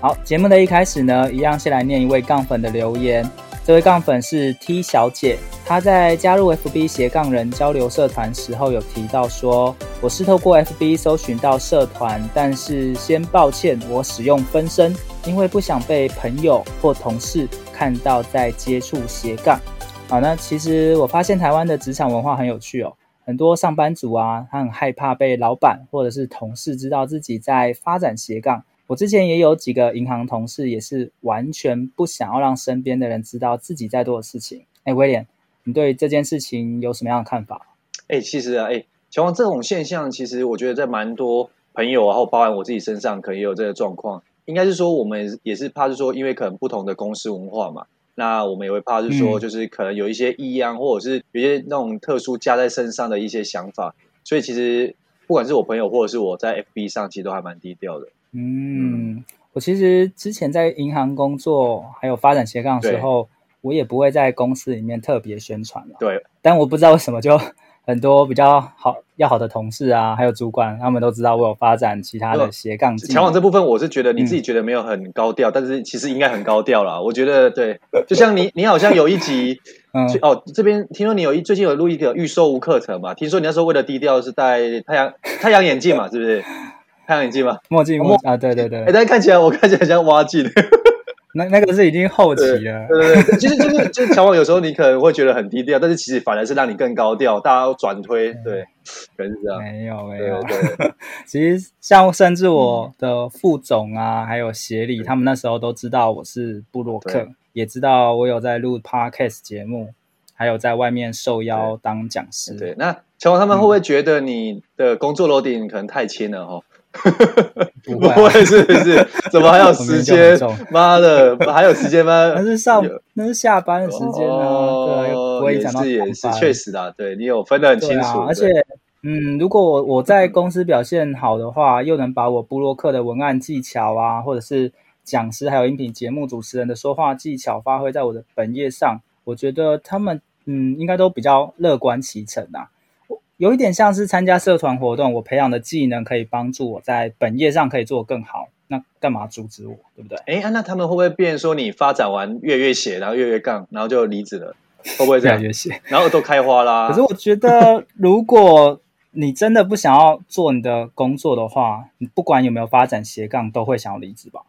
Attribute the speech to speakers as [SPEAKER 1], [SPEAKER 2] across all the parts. [SPEAKER 1] 好，节目的一开始呢，一样先来念一位杠粉的留言。这位杠粉是 T 小姐，她在加入 FB 斜杠人交流社团时候有提到说，我是透过 FB 搜寻到社团，但是先抱歉，我使用分身，因为不想被朋友或同事看到在接触斜杠。好，那其实我发现台湾的职场文化很有趣哦，很多上班族啊，他很害怕被老板或者是同事知道自己在发展斜杠。我之前也有几个银行同事，也是完全不想要让身边的人知道自己在做的事情。哎，威廉，你对这件事情有什么样的看法？
[SPEAKER 2] 哎、其实啊，哎、乔王这种现象，其实我觉得在蛮多朋友啊，或包含我自己身上，可能也有这个状况。应该是说，我们也是怕是说，因为可能不同的公司文化嘛，那我们也会怕是
[SPEAKER 1] 嗯
[SPEAKER 2] 说，就是可能有一些异样，或者是有一些那种特殊加在身上的一些想法。所以其实不管是我朋友，或者是我在 FB 上，其实都还蛮低调的。
[SPEAKER 1] 嗯，我其实之前在银行工作，还有发展斜杠的时候，我也不会在公司里面特别宣传了。
[SPEAKER 2] 对，
[SPEAKER 1] 但我不知道为什么，就很多比较好要好的同事啊，还有主管，他们都知道我有发展其他的斜杠技
[SPEAKER 2] 乔往
[SPEAKER 1] 能。
[SPEAKER 2] 这部分，嗯我是觉
[SPEAKER 1] 嗯
[SPEAKER 2] 得你自己觉得没有很高调，但是其实应该很高调啦。我觉得对，就像 你，你好像有一集
[SPEAKER 1] 嗯，
[SPEAKER 2] 最哦，这边听说你有一最近有录一个预售无课程嘛？听说你那时候为了低调是戴太阳太阳眼镜嘛？是不是？太阳眼镜嘛？
[SPEAKER 1] 墨镜墨啊，对对对
[SPEAKER 2] 哎、，但是看起来我看起来像蛙镜。
[SPEAKER 1] 那那个是已经后期
[SPEAKER 2] 对
[SPEAKER 1] 了。
[SPEAKER 2] 对对对，其实就是就是乔王有时候你可能会觉得很低调，但是其实反而是让你更高调，大家都转推，
[SPEAKER 1] 嗯
[SPEAKER 2] 对，可能是这样。
[SPEAKER 1] 没有没
[SPEAKER 2] 对
[SPEAKER 1] 有，
[SPEAKER 2] 对对，
[SPEAKER 1] 其实像甚至
[SPEAKER 2] 嗯
[SPEAKER 1] 我的副总啊，还有协理，他们那时候都知道我是布洛克
[SPEAKER 2] 对，
[SPEAKER 1] 也知道我有在录 podcast 节目，还有在外面受邀当讲师。
[SPEAKER 2] 对，那乔王
[SPEAKER 1] 嗯
[SPEAKER 2] 他们会不会觉得你的工作楼顶可能太轻了哦哈？
[SPEAKER 1] 不会、
[SPEAKER 2] 不
[SPEAKER 1] 啊，
[SPEAKER 2] 会是不是？怎么还有时间
[SPEAKER 1] 我明明就很？
[SPEAKER 2] 妈的，还有时间吗？
[SPEAKER 1] 那是上
[SPEAKER 2] 有哦
[SPEAKER 1] 那是下班的时间啊，对啊，又不会影响到
[SPEAKER 2] 也是也
[SPEAKER 1] 上
[SPEAKER 2] 是，
[SPEAKER 1] 班
[SPEAKER 2] 确实啦，对你有分得很
[SPEAKER 1] 对
[SPEAKER 2] 清楚，
[SPEAKER 1] 啊，而且
[SPEAKER 2] 对。
[SPEAKER 1] 嗯，如果我我在公司表现好的话，又能把我布洛克的文案技巧啊，或者是讲师还有音频节目主持人的说话技巧发挥在我的本业上，我觉得他们嗯应该都比较乐观其成啊。有一点像是参加社团活动，我培养的技能可以帮助我在本业上可以做得更好，那干嘛阻止我，对不对？
[SPEAKER 2] 哎、啊那他们会不会变成说你发展完月月写，然后月月杠，然后就离职了？会不会这 样？
[SPEAKER 1] 越写。
[SPEAKER 2] 然后都开花啦。
[SPEAKER 1] 可是我觉 得，如果你真的不想要做你的工作的话，你不管有没有发展斜杠，都会想要离职吧？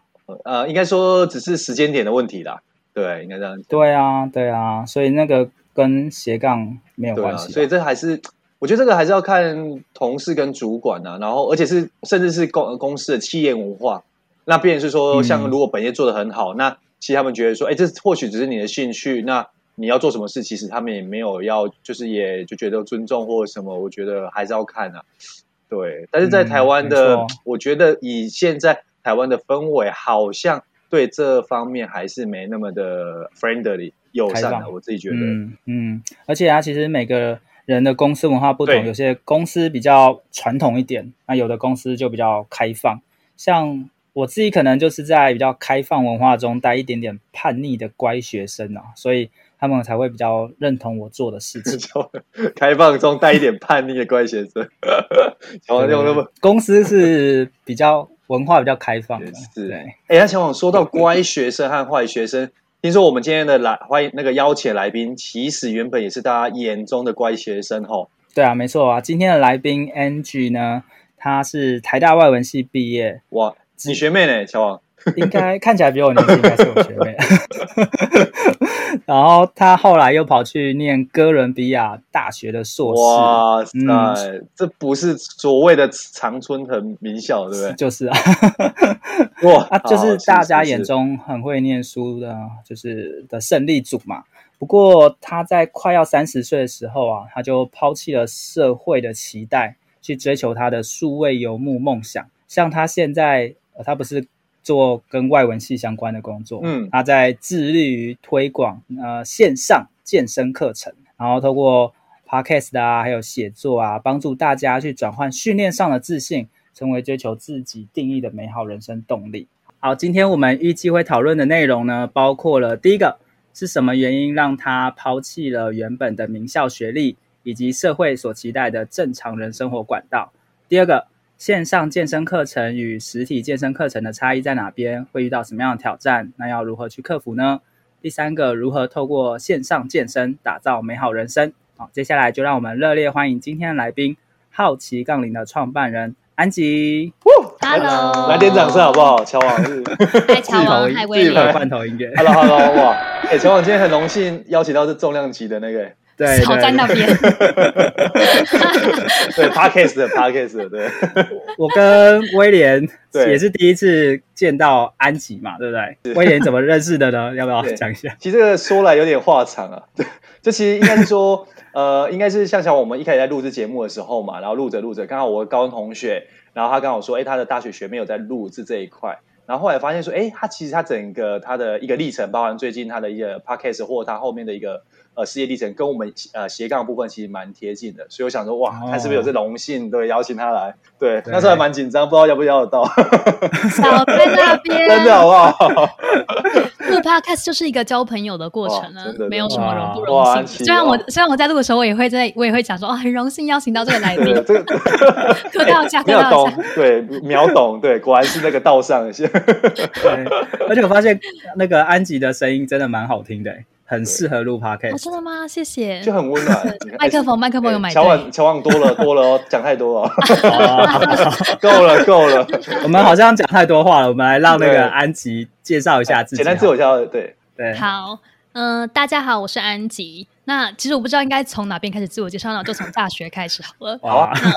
[SPEAKER 2] 呃，应该说只是时间点的问题啦。对，应该这样。
[SPEAKER 1] 对啊，对啊，所以那个跟斜杠没有
[SPEAKER 2] 对啊，
[SPEAKER 1] 关系吧、
[SPEAKER 2] 所以这还是我觉得这个还是要看同事跟主管啊，然后而且是甚至是公公司的企业文化。那变成是说，
[SPEAKER 1] 嗯
[SPEAKER 2] 像如果本业做得很好，那其实他们觉得说，哎、这或许只是你的兴趣，那你要做什么事，其实他们也没有要，就是也就觉得尊重或者什么，我觉得还是要看啊。对，但是在
[SPEAKER 1] 嗯
[SPEAKER 2] 台湾
[SPEAKER 1] 没
[SPEAKER 2] 的，
[SPEAKER 1] 错
[SPEAKER 2] 我觉得以现在台湾的氛围，好像对这方面还是没那么的 friendly 友
[SPEAKER 1] 开
[SPEAKER 2] 善的、
[SPEAKER 1] 放
[SPEAKER 2] 我自己觉得。
[SPEAKER 1] 嗯嗯，而且啊，其实每个人的公司文化不同，
[SPEAKER 2] 对
[SPEAKER 1] 有些公司比较传统一点，那有的公司就比较开放。像我自己可能就是在比较开放文化中带一点点叛逆的乖学生啊，所以他们才会比较认同我做的事情。
[SPEAKER 2] 开放中带一点叛逆的乖先生，乔王哦用那么
[SPEAKER 1] 公司是比较文化比较开放的
[SPEAKER 2] 也，是
[SPEAKER 1] 对，
[SPEAKER 2] 哎，那乔王说到乖学生和坏学生，听说我们今天的来欢迎那个邀请来宾，其实原本也是大家眼中的乖学生哈。
[SPEAKER 1] 对啊，没错啊。今天的来宾 Angie 呢，她是台大外文系毕业，
[SPEAKER 2] 哇，你学妹呢，乔王？
[SPEAKER 1] 应该看起来比我年轻，应该是我学妹。 然后她后来又跑去念哥伦比亚大学的硕士，
[SPEAKER 2] 哇塞，这不是所谓的常春藤名校，对不
[SPEAKER 1] 就是啊，
[SPEAKER 2] 对？哇，
[SPEAKER 1] 啊，就是
[SPEAKER 2] 好
[SPEAKER 1] 大家眼。
[SPEAKER 2] 是是是
[SPEAKER 1] 中很会念书的，就是的胜利组嘛。不过他在快要三十岁的时候啊，他就抛弃了社会的期待，去追求他的数位游牧梦想。像他现在，呃他不是做跟外文系相关的工作，
[SPEAKER 2] 嗯
[SPEAKER 1] 他在致力于推广呃线上健身课程，然后透过 podcast 啊，还有写作啊，帮助大家去转换训练上的自信，成为追求自己定义的美好人生动力。好，今天我们预计会讨论的内容呢，包括了第一个是什么原因让他抛弃了原本的名校学历，以及社会所期待的正常人生活管道。第二个，线上健身课程与实体健身课程的差异在哪边？会遇到什么样的挑战？那要如何去克服呢？第三个，如何透过线上健身打造美好人生？好，接下来就让我们热烈欢迎今天的来宾——好奇杠铃的创办人安吉。
[SPEAKER 3] Hello，
[SPEAKER 2] 来点掌声好不？好？乔王是
[SPEAKER 3] 嗨，乔王，嗨，威
[SPEAKER 2] 自己来
[SPEAKER 3] 廉，
[SPEAKER 1] 罐头音 乐，
[SPEAKER 2] ，Hello Hello，哇，哎、乔王今天很荣幸邀请到这重量级的那个，
[SPEAKER 1] 对，
[SPEAKER 3] 少
[SPEAKER 1] 对
[SPEAKER 3] 在那边。
[SPEAKER 2] 对 Podcast 的 Podcast 的，对，
[SPEAKER 1] 我跟威廉
[SPEAKER 2] 对
[SPEAKER 1] 也是第一次见到安吉嘛，对不对？威廉怎么认识的呢？要不要
[SPEAKER 2] 对
[SPEAKER 1] 讲一下？
[SPEAKER 2] 其实这个说来有点话长啊， 对，这其实应该是说， 呃，应该是像小我们一开始在录制节目的时候嘛，然啊后录着录着，刚好我高中同学，然后他刚好说，哎，他的大学学妹有在录制这一块，然后后来发现说，哎，他其实他整个他的一个历程，包含最近他的一个 podcast 或他后面的一个呃事业历程，跟我们呃斜杠的部分其实蛮贴近的，所以我想说，哇
[SPEAKER 1] 哦，
[SPEAKER 2] 他是不是有这荣幸对邀请他来？对，
[SPEAKER 1] 对
[SPEAKER 2] 那时候还蛮紧张，不知道要不要得到，
[SPEAKER 3] 少在那边，
[SPEAKER 2] 真的好哦不好？
[SPEAKER 3] 录 podcast 就是一个交朋友的过程
[SPEAKER 2] 哇
[SPEAKER 3] 啊
[SPEAKER 2] 真的，
[SPEAKER 3] 没有什么荣不
[SPEAKER 2] 哇
[SPEAKER 3] 荣
[SPEAKER 2] 安琪
[SPEAKER 3] 幸。虽然我
[SPEAKER 2] 哇
[SPEAKER 3] 虽然我在录的时候，我也会在我也会讲说，哦，很荣幸邀请到这个来宾
[SPEAKER 2] 对，，这个
[SPEAKER 3] 客套一下，
[SPEAKER 2] 没
[SPEAKER 3] 客
[SPEAKER 2] 有
[SPEAKER 3] 套一
[SPEAKER 2] 懂
[SPEAKER 3] 下。，
[SPEAKER 2] 对，秒懂，对，果然是那个道上是。
[SPEAKER 1] 对，而且我发现那个安吉的声音真的蛮好听的，很适合录
[SPEAKER 3] 哦，
[SPEAKER 1] podcast。
[SPEAKER 3] 真的吗？谢谢
[SPEAKER 2] 就。很温暖。你看
[SPEAKER 3] 麦克风，麦克风有买
[SPEAKER 2] 哎
[SPEAKER 3] 对
[SPEAKER 2] 乔。网乔网多了多了哦，讲太多 了，
[SPEAKER 1] 哦
[SPEAKER 2] 够了够了。
[SPEAKER 1] 我们好像讲太多话了，我们来让那
[SPEAKER 2] 对
[SPEAKER 1] 个安吉介绍一下自己。啊
[SPEAKER 2] 简单自我介绍，对，
[SPEAKER 1] 对，
[SPEAKER 3] 好，嗯、大家好，我是安吉。那其实我不知道应该从哪边开始自我介绍，那我就从大学开始好了。
[SPEAKER 2] 好啊
[SPEAKER 1] 哇，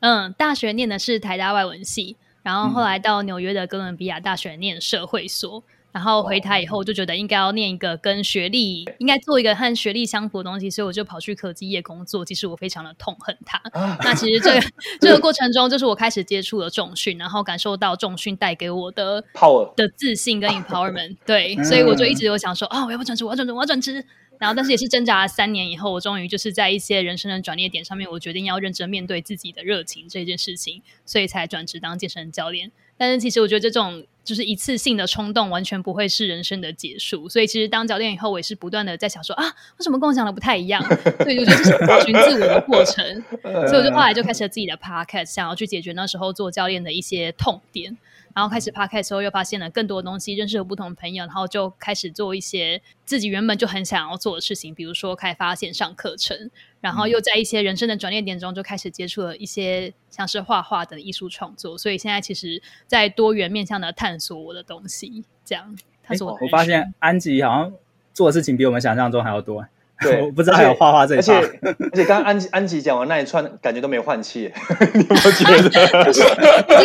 [SPEAKER 3] 嗯，大学念的是台大外文系，然后后来到纽约的哥伦比亚大学念社会所，然后回台以后就觉得应该要念一个跟学历应该做一个和学历相符的东西，所以我就跑去科技业工作。其实我非常的痛恨它。那其实这个 这个过程中，就是我开始接触了重训，然后感受到重训带给我的
[SPEAKER 2] 泡尔
[SPEAKER 3] 的自信跟 empowerment，对，
[SPEAKER 1] 嗯
[SPEAKER 3] 所以我就一直有想说，啊，我要不要转职，我要转职，我要转职。然后，但是也是挣扎了三年以后，我终于就是在一些人生的转捩点上面，我决定要认真面对自己的热情这件事情，所以才转职当健身教练。但是其实我觉得这种就是一次性的冲动，完全不会是人生的结束。所以其实当教练以后，我也是不断的在想说啊，为什么跟我想的不太一样？所以我觉得这是找寻自我的过 程。
[SPEAKER 2] 嗯
[SPEAKER 3] 所以我就后来就开始了自己的 podcast，想要去解决那时候做教练的一些痛点。然后开始 podcast 之后，又发现了更多东西，认识了不同朋友，然后就开始做一些自己原本就很想要做的事情，比如说开发线上课程，然后
[SPEAKER 2] 嗯
[SPEAKER 3] 又在一些人生的转捩点中，就开始接触了一些像是画画等艺术创作。所以现在其实，在多元面向的探索我的东西，这样探索我的
[SPEAKER 1] 我
[SPEAKER 3] 人
[SPEAKER 1] 发
[SPEAKER 3] 生
[SPEAKER 1] 现安吉好像做的事情比我们想象中还要多。
[SPEAKER 2] 对
[SPEAKER 1] 我不知道还有画画这一
[SPEAKER 2] 而且
[SPEAKER 1] 趴。
[SPEAKER 2] 而且刚刚安吉安吉讲完那一串，感觉都没有换气， 你有没有觉得？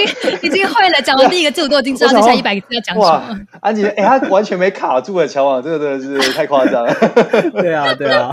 [SPEAKER 3] 已经已经会了，讲完第一个字我都已经知道
[SPEAKER 2] 我想
[SPEAKER 3] 接下来
[SPEAKER 2] 要
[SPEAKER 3] 一百个字要讲什
[SPEAKER 2] 哇
[SPEAKER 3] 么。，
[SPEAKER 2] 安吉哎，他完全没卡住了，乔网这个真的是太夸张 了。
[SPEAKER 1] 对啊，对啊。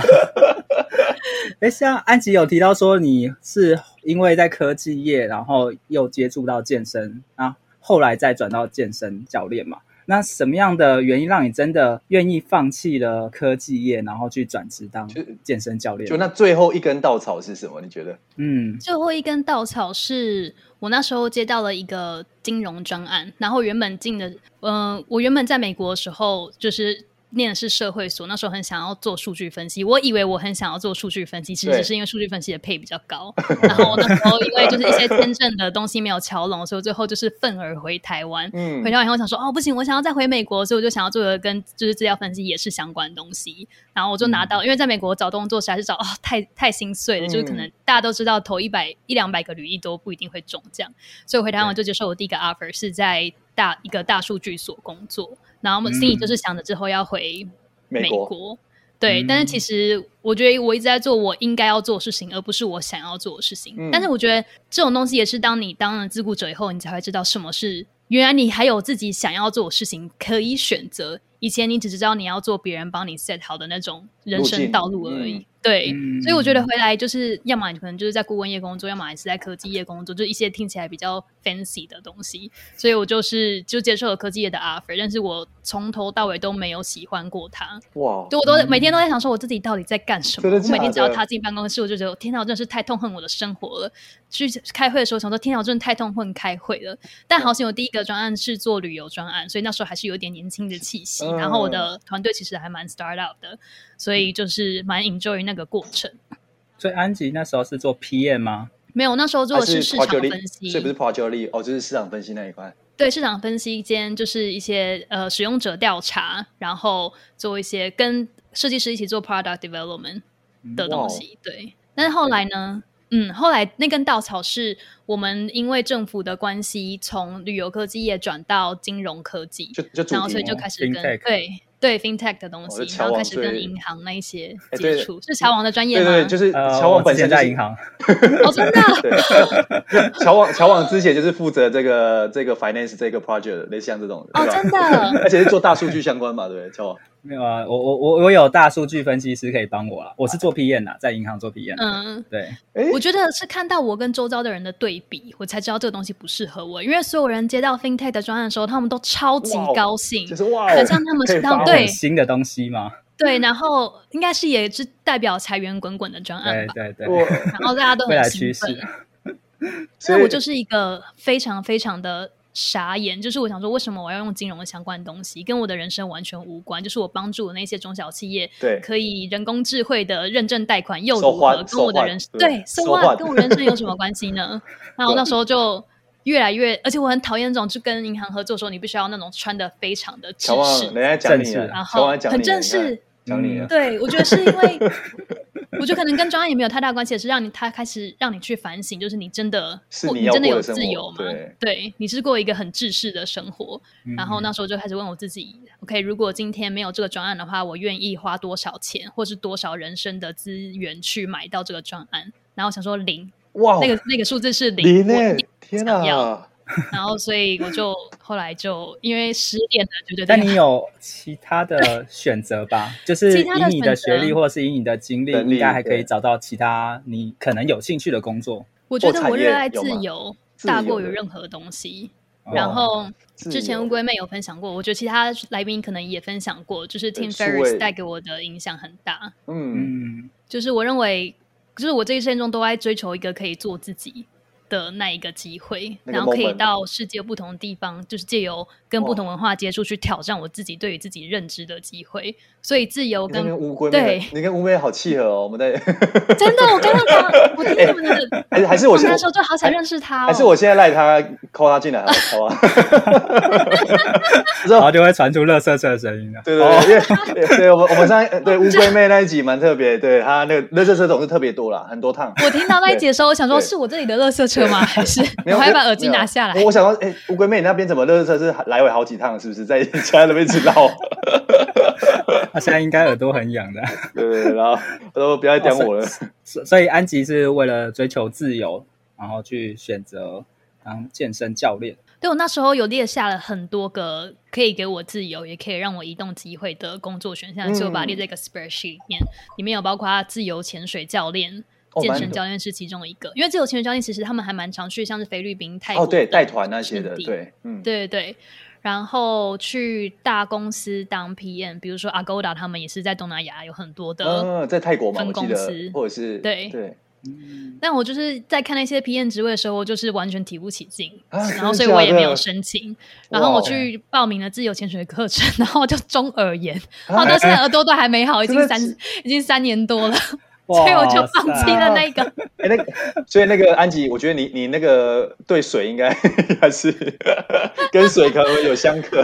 [SPEAKER 1] 哎，像安吉有提到说，你是因为在科技业，然后又接触到健身啊，后来再转到健身教练嘛？那什么样的原因让你真的愿意放弃了科技业，然后去转职当健身教练？
[SPEAKER 2] 就那最后一根稻草是什么？你觉得？
[SPEAKER 1] 嗯，
[SPEAKER 3] 最后一根稻草是我那时候接到了一个金融专案，然后原本进的，嗯、我原本在美国的时候就是。念的是社会所，那时候很想要做数据分析。我以为我很想要做数据分析，其实
[SPEAKER 2] 对
[SPEAKER 3] 只是因为数据分析的配比较高。然后那时候因为就是一些签证的东西没有敲拢，所以我最后就是愤而回台湾。
[SPEAKER 2] 嗯
[SPEAKER 3] 回，到以后想说，哦，不行，我想要再回美国，所以我就想要做的跟就是资料分析也是相关的东西。然后我就
[SPEAKER 2] 嗯
[SPEAKER 3] 拿到，因为在美国找工作实在是找哦，太太心碎了，就是可
[SPEAKER 2] 嗯
[SPEAKER 3] 能大家都知道投一百一两百个履历都不一定会中这样，所以回台湾我就接受我第一个 offer 是在大一个大数据所工作，然后我们心里就是想着之后要回
[SPEAKER 2] 嗯美国，
[SPEAKER 3] 对，但是
[SPEAKER 1] 嗯
[SPEAKER 3] 其实我觉得我一直在做我应该要做的事情，而不是我想要做的事情。
[SPEAKER 2] 嗯
[SPEAKER 3] 但是我觉得这种东西也是当你当了自雇者以后，你才会知道什么是原来你还有自己想要做的事情可以选择。以前你只知道你要做别人帮你 set 好的那种人
[SPEAKER 2] 路径
[SPEAKER 3] 生道路而已，
[SPEAKER 2] 嗯
[SPEAKER 3] 对，
[SPEAKER 1] 嗯
[SPEAKER 3] 所以我觉得回来就是，要么你可能就是在顾问业工作，要么也是在科技业工作，就一些听起来比较 fancy 的东西。所以我就是就接受了科技业的 offer，但是我从头到尾都没有喜欢过它。
[SPEAKER 2] 哇，
[SPEAKER 3] 就我都每天都在想说我自己到底在干什么。
[SPEAKER 2] 嗯真的假的
[SPEAKER 3] 我每天只要踏进办公室，我就觉得天哪，我真的是太痛恨我的生活了。去开会的时候想说，天哪，我真的太痛恨开会了。但好险，我第一个专案是做旅游专案，所以那时候还是有点年轻的气息。
[SPEAKER 2] 嗯
[SPEAKER 3] 然后我的团队其实还蛮 start up 的，所以就是蛮 enjoy 那个过程。
[SPEAKER 1] 所以安吉那时候是做 PM 吗？
[SPEAKER 3] 没有，那时候做
[SPEAKER 2] 还
[SPEAKER 3] 的
[SPEAKER 2] 是
[SPEAKER 3] 市场
[SPEAKER 2] project lead，
[SPEAKER 3] 分析，
[SPEAKER 2] 所以不是 project lead 哦，就是市场分析那一块。
[SPEAKER 3] 对市场分析间，就是一些呃使用者调查，然后做一些跟设计师一起做 product development
[SPEAKER 2] 嗯
[SPEAKER 3] 的
[SPEAKER 2] 哦
[SPEAKER 3] 东西。对，但是后来呢，嗯，后来那根稻草是我们因为政府的关系，从旅游科技业转到金融科技，
[SPEAKER 2] 就就主题
[SPEAKER 3] 然后所以就开始跟
[SPEAKER 1] FinTech
[SPEAKER 3] 对对 fintech 的东
[SPEAKER 2] 哦
[SPEAKER 3] 西，
[SPEAKER 2] 这乔
[SPEAKER 3] 然后开
[SPEAKER 2] 王
[SPEAKER 3] 始跟
[SPEAKER 2] 最
[SPEAKER 3] 银行那一些
[SPEAKER 2] 哎对
[SPEAKER 3] 接触，是乔王的专业
[SPEAKER 2] 对
[SPEAKER 3] 吗？
[SPEAKER 2] 对，就是
[SPEAKER 1] 呃，
[SPEAKER 2] 乔
[SPEAKER 1] 我
[SPEAKER 2] 王
[SPEAKER 1] 之
[SPEAKER 2] 本
[SPEAKER 1] 前
[SPEAKER 2] 身
[SPEAKER 1] 在
[SPEAKER 2] 就是
[SPEAKER 1] 银行，
[SPEAKER 3] 哦， 真的啊、
[SPEAKER 2] 对，乔王乔王之前就是负责这个这个 finance 这个 project 的类似像这种的，
[SPEAKER 3] 哦，
[SPEAKER 2] 对吧
[SPEAKER 3] 真的，
[SPEAKER 2] 而且是做大数据相关嘛，对不对？乔王，
[SPEAKER 1] 没有啊，我我我我有大数据分析师可以帮我啦，我是做 PM 啦，在银行做 PM，、
[SPEAKER 3] 嗯。
[SPEAKER 1] 对，
[SPEAKER 2] 哎，
[SPEAKER 3] 我觉得是看到我跟周遭的人的对比，我才知道这个东西不适合我。因为所有人接到 FinTech 的专案的时候，他们都超级
[SPEAKER 2] 哇哦
[SPEAKER 3] 高兴，
[SPEAKER 2] 就是哇哦，
[SPEAKER 3] 很像他们
[SPEAKER 2] 可以
[SPEAKER 3] 是他
[SPEAKER 2] 发
[SPEAKER 3] 们
[SPEAKER 2] 挥
[SPEAKER 3] 对
[SPEAKER 1] 新的东西嘛，
[SPEAKER 3] 对，然后应该是也是代表财源滚滚的专
[SPEAKER 1] 对
[SPEAKER 3] 案吧。
[SPEAKER 1] 对对，
[SPEAKER 2] 哇
[SPEAKER 3] 然后大家都
[SPEAKER 1] 未
[SPEAKER 3] 很
[SPEAKER 1] 来
[SPEAKER 3] 兴
[SPEAKER 1] 趋势
[SPEAKER 3] 奋，
[SPEAKER 2] 所
[SPEAKER 3] 那
[SPEAKER 2] 以
[SPEAKER 3] 我就是一个非常非常的傻眼，就是我想说，为什么我要用金融相关的东西，跟我的人生完全无关？就是我帮助的那些中小企业
[SPEAKER 2] 对
[SPEAKER 3] 可以人工智慧的认证贷款又
[SPEAKER 2] So
[SPEAKER 3] 如何？
[SPEAKER 2] what?
[SPEAKER 3] 跟我
[SPEAKER 2] So
[SPEAKER 3] 的
[SPEAKER 2] what?
[SPEAKER 3] 人
[SPEAKER 2] 对不对
[SPEAKER 3] 对，so
[SPEAKER 2] So
[SPEAKER 3] what
[SPEAKER 2] what?
[SPEAKER 3] 跟我人生有什么关 系呢？然后那时候就越来越，而且我很讨厌这种，就跟银行合作的时候，你必须要那种穿的非常的制
[SPEAKER 2] 乔王
[SPEAKER 3] 式，
[SPEAKER 2] 人家讲你
[SPEAKER 1] 正式
[SPEAKER 2] 了，
[SPEAKER 3] 然
[SPEAKER 2] 乔
[SPEAKER 3] 后
[SPEAKER 2] 王讲你了
[SPEAKER 3] 很正，
[SPEAKER 2] 你看
[SPEAKER 3] 式。
[SPEAKER 2] 讲你了，
[SPEAKER 3] 对，我觉得是因为，我觉得可能跟专案也没有太大关系，也是让你他开始让你去反省，就是你真的
[SPEAKER 2] 是
[SPEAKER 3] 过
[SPEAKER 2] 你
[SPEAKER 3] 你
[SPEAKER 2] 要
[SPEAKER 3] 真的
[SPEAKER 2] 过
[SPEAKER 3] 有
[SPEAKER 2] 的生
[SPEAKER 3] 自
[SPEAKER 2] 活
[SPEAKER 3] 由吗？
[SPEAKER 2] 对
[SPEAKER 3] 你是过一个很制式的生活。
[SPEAKER 1] 嗯
[SPEAKER 3] 然后那时候就开始问我自己，OK，如果今天没有这个专案的话，我愿意花多少钱，或是多少人生的资源去买到这个专案？然后想说零，
[SPEAKER 2] 哇哦，
[SPEAKER 3] 那个那个数字是
[SPEAKER 2] 零欸
[SPEAKER 3] 零，我
[SPEAKER 2] 呢？天
[SPEAKER 3] 想要
[SPEAKER 2] 哪！
[SPEAKER 3] 然后所以 我就后来就因为失恋了，就觉得
[SPEAKER 1] 但你有其他的选择 吧？就是
[SPEAKER 3] 其他
[SPEAKER 1] 以
[SPEAKER 3] 的
[SPEAKER 1] 你的
[SPEAKER 3] 选
[SPEAKER 1] 学
[SPEAKER 3] 择
[SPEAKER 1] 历或是以你的经历，
[SPEAKER 2] 能力
[SPEAKER 1] 应该还可以
[SPEAKER 2] 对
[SPEAKER 1] 找到其他你可能有兴趣的工作。
[SPEAKER 3] 我觉
[SPEAKER 2] 做
[SPEAKER 3] 得
[SPEAKER 2] 产
[SPEAKER 3] 我
[SPEAKER 2] 业
[SPEAKER 3] 热爱
[SPEAKER 2] 有
[SPEAKER 3] 自
[SPEAKER 2] 吗
[SPEAKER 3] 由
[SPEAKER 2] 自
[SPEAKER 3] 大
[SPEAKER 2] 由
[SPEAKER 3] 过于
[SPEAKER 2] 的
[SPEAKER 3] 任何东西。
[SPEAKER 1] 哦
[SPEAKER 3] 然后
[SPEAKER 2] 自
[SPEAKER 3] 之前
[SPEAKER 2] 由
[SPEAKER 3] 乌龟妹有分享过，我觉得其他来宾可能也分享过，就是
[SPEAKER 2] 对
[SPEAKER 3] Tim
[SPEAKER 2] 数位
[SPEAKER 3] Ferris 带给我的影响很大。
[SPEAKER 2] 嗯，
[SPEAKER 1] 嗯，
[SPEAKER 3] 就是我认为，就是我这一生中都在追求一个可以做自己的那一个机会，
[SPEAKER 2] 那个
[SPEAKER 3] 然后可以
[SPEAKER 2] moment
[SPEAKER 3] 到世界不同地方，就是借由跟不同文化接触去挑战我自己对于自己认知的机会。所以自由
[SPEAKER 2] 你跟
[SPEAKER 3] 跟
[SPEAKER 2] 乌龟妹
[SPEAKER 3] 对，
[SPEAKER 2] 你跟乌龟好契合哦。我们在，
[SPEAKER 3] 真的，我刚刚把我听你们的
[SPEAKER 2] 哎还是还是我
[SPEAKER 3] 他
[SPEAKER 2] 现在
[SPEAKER 3] 们那时候就好想认识他、哦，
[SPEAKER 2] 还是我现在赖他扣他进来好了，好吧？
[SPEAKER 1] 然后就会传出乐色车的声 音了。啊
[SPEAKER 2] 对对对，因为对对，我们我们上一对乌龟妹那一集蛮特别，对他那个热车车总是特别多啦，很多趟。
[SPEAKER 3] 我听到那一集的时候，我想说
[SPEAKER 2] 对
[SPEAKER 3] 是我这里的垃圾车吗？还是
[SPEAKER 2] 没有
[SPEAKER 3] 我还
[SPEAKER 2] 没有
[SPEAKER 3] 把耳机
[SPEAKER 2] 没有
[SPEAKER 3] 拿下来
[SPEAKER 2] 我？我想说，哎，乌龟妹你那边怎么热车车是来回好几趟？是不是在家那边一直 绕？
[SPEAKER 1] 他现在应该耳朵很痒的。
[SPEAKER 2] 对对对，然后他说不要再点我 了。
[SPEAKER 1] 所所以安吉是为了追求自由，然后去选择当健身教练。
[SPEAKER 3] 对我那时候有列下了很多个可以给我自由，也可以让我移动机会的工作选项，
[SPEAKER 2] 嗯
[SPEAKER 3] 所以我把它列在一个 spreadsheet 里面，里面有包括自由潜水教练。
[SPEAKER 2] 哦
[SPEAKER 3] 健
[SPEAKER 2] 蛮
[SPEAKER 3] 身教练是其中一个，因为自由潜水教练其实他们还蛮常去，像是菲律宾、泰国
[SPEAKER 2] 哦，对，
[SPEAKER 3] 等
[SPEAKER 2] 带团那些
[SPEAKER 3] 圣
[SPEAKER 2] 的，
[SPEAKER 3] 地
[SPEAKER 2] 对，嗯，
[SPEAKER 3] 对对对，然后去大公司当 PM，比如说 Agoda 他们也是在东南亚有很多的
[SPEAKER 2] 嗯，在泰国嘛，
[SPEAKER 3] 分
[SPEAKER 2] 我记
[SPEAKER 3] 公司
[SPEAKER 2] 得，或者是
[SPEAKER 3] 对
[SPEAKER 2] 对，
[SPEAKER 3] 但我就是在看那些 PM 职位的时候，我就是完全提不起劲，
[SPEAKER 2] 啊
[SPEAKER 3] 然后所
[SPEAKER 2] 真的
[SPEAKER 3] 以我
[SPEAKER 2] 假
[SPEAKER 3] 也没有
[SPEAKER 2] 的
[SPEAKER 3] 申请。
[SPEAKER 2] 哇哦
[SPEAKER 3] 然后我去报名了自由潜水课程， 然后就中耳炎，然后
[SPEAKER 2] 啊
[SPEAKER 3] 到现在耳朵都还没好，已经
[SPEAKER 2] 真的
[SPEAKER 3] 三
[SPEAKER 2] 是
[SPEAKER 3] 已经三年 多了，
[SPEAKER 1] 哇
[SPEAKER 3] 所以我就放弃
[SPEAKER 1] 塞
[SPEAKER 3] 了那个。
[SPEAKER 2] 哎、那个，所以那个安吉，我觉得你你那个对水应该 还是跟水可能有相克，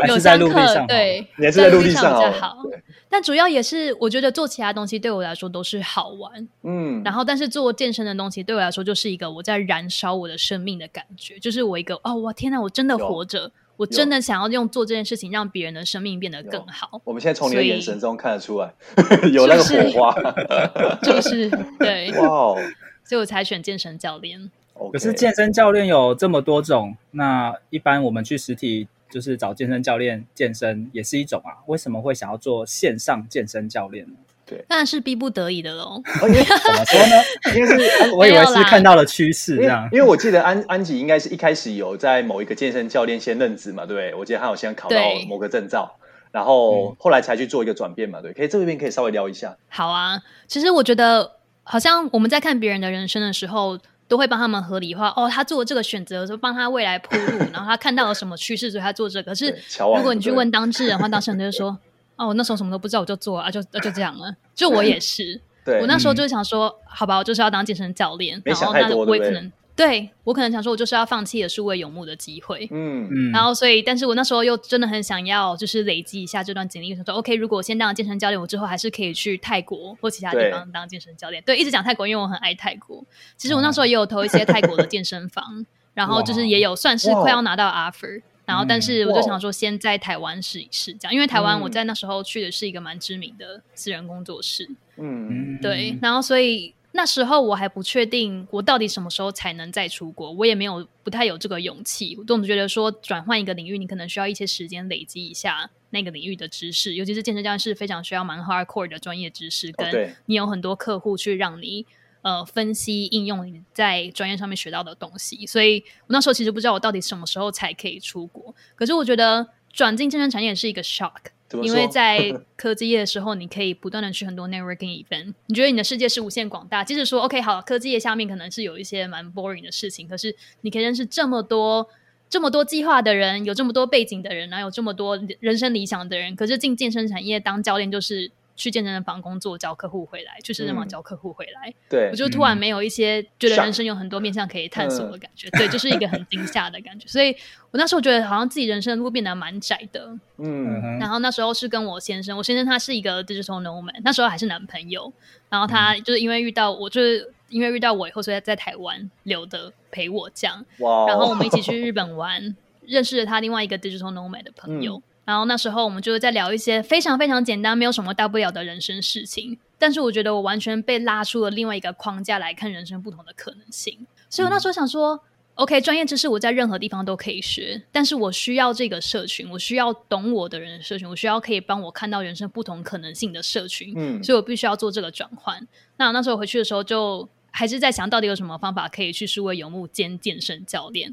[SPEAKER 1] 还
[SPEAKER 3] 有
[SPEAKER 1] 是在
[SPEAKER 3] 上
[SPEAKER 1] 陆地
[SPEAKER 3] 课，
[SPEAKER 1] 上。，
[SPEAKER 3] 对，
[SPEAKER 2] 你还是在陆地上
[SPEAKER 3] 比较
[SPEAKER 2] 哦
[SPEAKER 3] 好
[SPEAKER 2] 对。
[SPEAKER 3] 但主要也是，我觉得做其他东西对我来说都是好玩，
[SPEAKER 2] 嗯，
[SPEAKER 3] 然
[SPEAKER 2] 后
[SPEAKER 3] 后但是做健身的东西对我来说就是一个我在燃烧我的生命的感觉，就是我一个哦，我天哪，我真的
[SPEAKER 2] 有
[SPEAKER 3] 活着，我真的想要用做这件事情让别人的生命变得更好，
[SPEAKER 2] 我们现在从你的
[SPEAKER 3] 所以
[SPEAKER 2] 眼神中看得出来， 有那个
[SPEAKER 3] 是不
[SPEAKER 2] 火
[SPEAKER 3] 是
[SPEAKER 2] 花，
[SPEAKER 3] 就是对，
[SPEAKER 2] 哇哦
[SPEAKER 3] 所以我才选健身教练。
[SPEAKER 2] ，OK，
[SPEAKER 1] 可是健身教练有这么多种，那一般我们去实体就是找健身教练健身也是一种啊，为什么会想要做线上健身教练呢？
[SPEAKER 3] 当然是逼不得已的喽。
[SPEAKER 1] 哦因 为怎么说呢？
[SPEAKER 2] 应该是安
[SPEAKER 1] 我以为
[SPEAKER 3] 没有
[SPEAKER 1] 是
[SPEAKER 3] 啦
[SPEAKER 1] 看到了趋势
[SPEAKER 2] 因
[SPEAKER 1] 这
[SPEAKER 2] 为
[SPEAKER 1] 样。
[SPEAKER 2] 因为我记得安安吉应该是一开始有在某一个健身教练先任职嘛，对不对？我记得他有先考到
[SPEAKER 3] 对
[SPEAKER 2] 某个证照，
[SPEAKER 1] 嗯
[SPEAKER 2] 然后后来才去做一个转变嘛，对。可以这边可以稍微聊一下，
[SPEAKER 3] 好啊，其实我觉得，好像我们在看别人的人生的时候，都会帮他们合理化。哦，他做这个选择，就帮他未来铺 路，然后他看到了什么趋势，所以他做这个。可是
[SPEAKER 2] 对乔王
[SPEAKER 3] 如果你
[SPEAKER 2] 对不
[SPEAKER 3] 去
[SPEAKER 2] 对
[SPEAKER 3] 问当事人的话，当事人就 会说：“哦，我那时候什么都不知道，我就做啊，就啊就这样了。”就我也是，
[SPEAKER 2] 对嗯
[SPEAKER 3] 我，那时候就是想说，好吧，我就是要当健身教练，
[SPEAKER 2] 没
[SPEAKER 3] 然
[SPEAKER 2] 想
[SPEAKER 3] 后
[SPEAKER 2] 太
[SPEAKER 3] 那
[SPEAKER 2] 多
[SPEAKER 3] 我也
[SPEAKER 2] 对不
[SPEAKER 3] 可
[SPEAKER 2] 对
[SPEAKER 3] 能对我可能想说，我就是要放弃了数位游牧的机会。
[SPEAKER 2] 嗯，
[SPEAKER 1] 嗯，
[SPEAKER 3] 然后，所以，但是我那时候又真的很想要，就是累积一下这段经历，想说，OK，如果我先当了健身教练，我之后还是可以去泰国或其他地
[SPEAKER 2] 对
[SPEAKER 3] 方当健身教练。对，一直讲泰国，因为我很爱泰国。其实我那时候也有投一些泰国的健身房，然后就是也有算是快要拿到 offer，然后但是我就想说，先在台湾试一试，这样，因为台湾我在那时候去的是一个蛮知名的私人工作室，
[SPEAKER 2] 嗯，
[SPEAKER 1] 嗯
[SPEAKER 3] 对，，然后所以那时候我还不确定我到底什么时候才能再出国，我也没有不太有这个勇气。我总觉得说转换一个领域，你可能需要一些时间累积一下那个领域的知识，尤其是健身教练是非常需要蛮 hardcore 的专业知识，
[SPEAKER 2] 哦
[SPEAKER 3] 跟
[SPEAKER 2] 对，
[SPEAKER 3] 你有很多客户去让你。呃，分析应用你在专业上面学到的东西，所以我那时候其实不知道我到底什么时候才可以出国。可是我觉得转进健身产业是一个 shock，
[SPEAKER 2] 怎么
[SPEAKER 3] 因
[SPEAKER 2] 说？
[SPEAKER 3] 为在科技业的时候，你可以不断的去很多 networking event，你觉得你的世界是无限广大。即使说 OK 好，科技业下面可能是有一些蛮 boring 的事情，可是你可以认识这么多这么多计划的人，有这么多背景的人，然后有这么多人生理想的人。可是进健身产业当教练就是。去健身房工作，教客户回来；去健身房
[SPEAKER 2] 嗯
[SPEAKER 3] 教客户回来，
[SPEAKER 2] 对
[SPEAKER 3] 我，就突然没有一些觉得
[SPEAKER 2] 吓
[SPEAKER 3] 人生有很多面向可以探索的感觉。
[SPEAKER 2] 嗯
[SPEAKER 3] 对，就是一个很惊吓的感觉。所以我那时候觉得，好像自己人生的路变得蛮窄的。
[SPEAKER 1] 嗯
[SPEAKER 2] 嗯，
[SPEAKER 1] 哼
[SPEAKER 3] 然后那时候是跟我先生，我先生他是一个 digital nomad，那时候还是男朋友。然后他就是因为遇到我，就是因为遇到我以后，所以他在台湾留的陪我这样。
[SPEAKER 2] 哇哦，
[SPEAKER 3] 然后我们一起去日本玩，认识了他另外一个 digital nomad 的朋友。然后那时候我们就是在聊一些非常非常简单，没有什么大不了的人生事情。但是我觉得我完全被拉出了另外一个框架来看人生不同的可能性。所以我那时候想说。OK，专业知识我在任何地方都可以学，但是我需要这个社群，我需要懂我的人的社群，我需要可以帮我看到人生不同可能性的社群，
[SPEAKER 2] 嗯
[SPEAKER 3] 所以我必须要做这个转换。那那时候回去的时候，就还是在想到底有什么方法可以去数位游牧兼健身教练。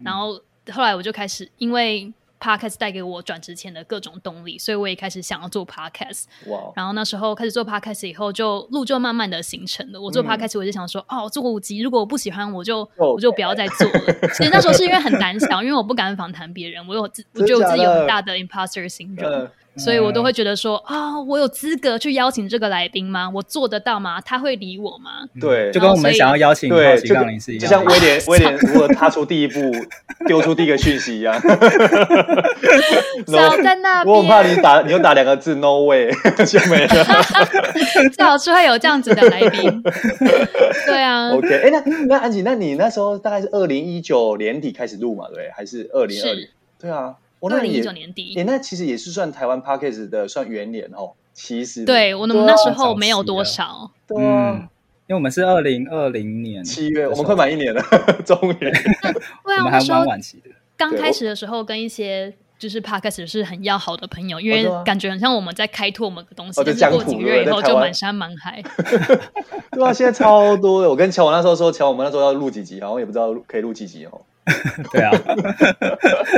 [SPEAKER 2] 嗯
[SPEAKER 3] 然后后来我就开始，因为 podcast 带给我转职前的各种动力，所以我也开始想要做 podcast。
[SPEAKER 2] 哇哦，
[SPEAKER 3] 然后那时候开始做 podcast 以后，就路就慢慢的形成了。我做
[SPEAKER 2] 嗯哦
[SPEAKER 3] podcast，我就想说，哦，做五集，如果我不喜欢，我就
[SPEAKER 2] 就
[SPEAKER 3] 我就不要再做了。其实那时候是因为很胆小，因为我不敢访谈别人，我有自我
[SPEAKER 2] 真
[SPEAKER 3] 觉
[SPEAKER 2] 的
[SPEAKER 3] 得我自己有
[SPEAKER 2] 假的
[SPEAKER 3] 很大的 imposter syndrome。
[SPEAKER 2] 嗯
[SPEAKER 3] 所以我都会觉得说啊、我有资格去邀请这个来宾吗？我做得到吗？他会理我 吗？
[SPEAKER 2] 对
[SPEAKER 1] 嗯就跟我们想要邀请好
[SPEAKER 2] 对，
[SPEAKER 1] 奇
[SPEAKER 2] 就
[SPEAKER 1] 杠
[SPEAKER 2] 跟
[SPEAKER 1] 铃是一
[SPEAKER 2] 就
[SPEAKER 1] 样
[SPEAKER 2] 像
[SPEAKER 1] 的，
[SPEAKER 2] 威 廉威廉如何踏出第一步，丢出第一个讯息一样。
[SPEAKER 3] 少在那
[SPEAKER 2] 我很怕你
[SPEAKER 3] 边，
[SPEAKER 2] 打，你又打两个字 “no way” 就没了。
[SPEAKER 3] 最好是会有这样子的来宾。对 啊，
[SPEAKER 2] OK，哎、那那安吉，那你那时候大概是二零一九年底开始录嘛？对不对，还是二零二零
[SPEAKER 3] 是？
[SPEAKER 2] 对啊，我那
[SPEAKER 3] 二
[SPEAKER 2] 你
[SPEAKER 3] 零
[SPEAKER 2] 也
[SPEAKER 3] 一九年
[SPEAKER 2] 哎、
[SPEAKER 3] 底。
[SPEAKER 2] 那其实也是算台湾 Parkes 的算元年哦。其实
[SPEAKER 3] 对我们
[SPEAKER 2] 对啊
[SPEAKER 3] 那时候没有多少，
[SPEAKER 2] 对
[SPEAKER 1] 嗯
[SPEAKER 2] 啊，，
[SPEAKER 1] 因为我们是二零二零年
[SPEAKER 2] 七、月我们
[SPEAKER 1] 的时候
[SPEAKER 2] 快满一年了， 终于。
[SPEAKER 3] 对
[SPEAKER 1] 我
[SPEAKER 3] 啊，
[SPEAKER 1] 们
[SPEAKER 3] 那
[SPEAKER 1] 还
[SPEAKER 3] 时候
[SPEAKER 1] 蛮晚期的，
[SPEAKER 3] 刚开始的时候跟一些。就是 podcast 是很要好的朋友，因
[SPEAKER 2] 哦
[SPEAKER 3] 为
[SPEAKER 2] 对啊
[SPEAKER 3] 感觉很像我们在开拓某个东西，
[SPEAKER 2] 哦就
[SPEAKER 3] 但是过
[SPEAKER 2] 疆土
[SPEAKER 3] 几个月以
[SPEAKER 2] 对不
[SPEAKER 3] 后
[SPEAKER 2] 对在台
[SPEAKER 3] 就
[SPEAKER 2] 湾
[SPEAKER 3] 满山满海。
[SPEAKER 2] 对啊，现在超多的。我跟乔王那时候说，乔王我们那时候要录几集，好像也不知道可以录几集哦。
[SPEAKER 1] 对啊，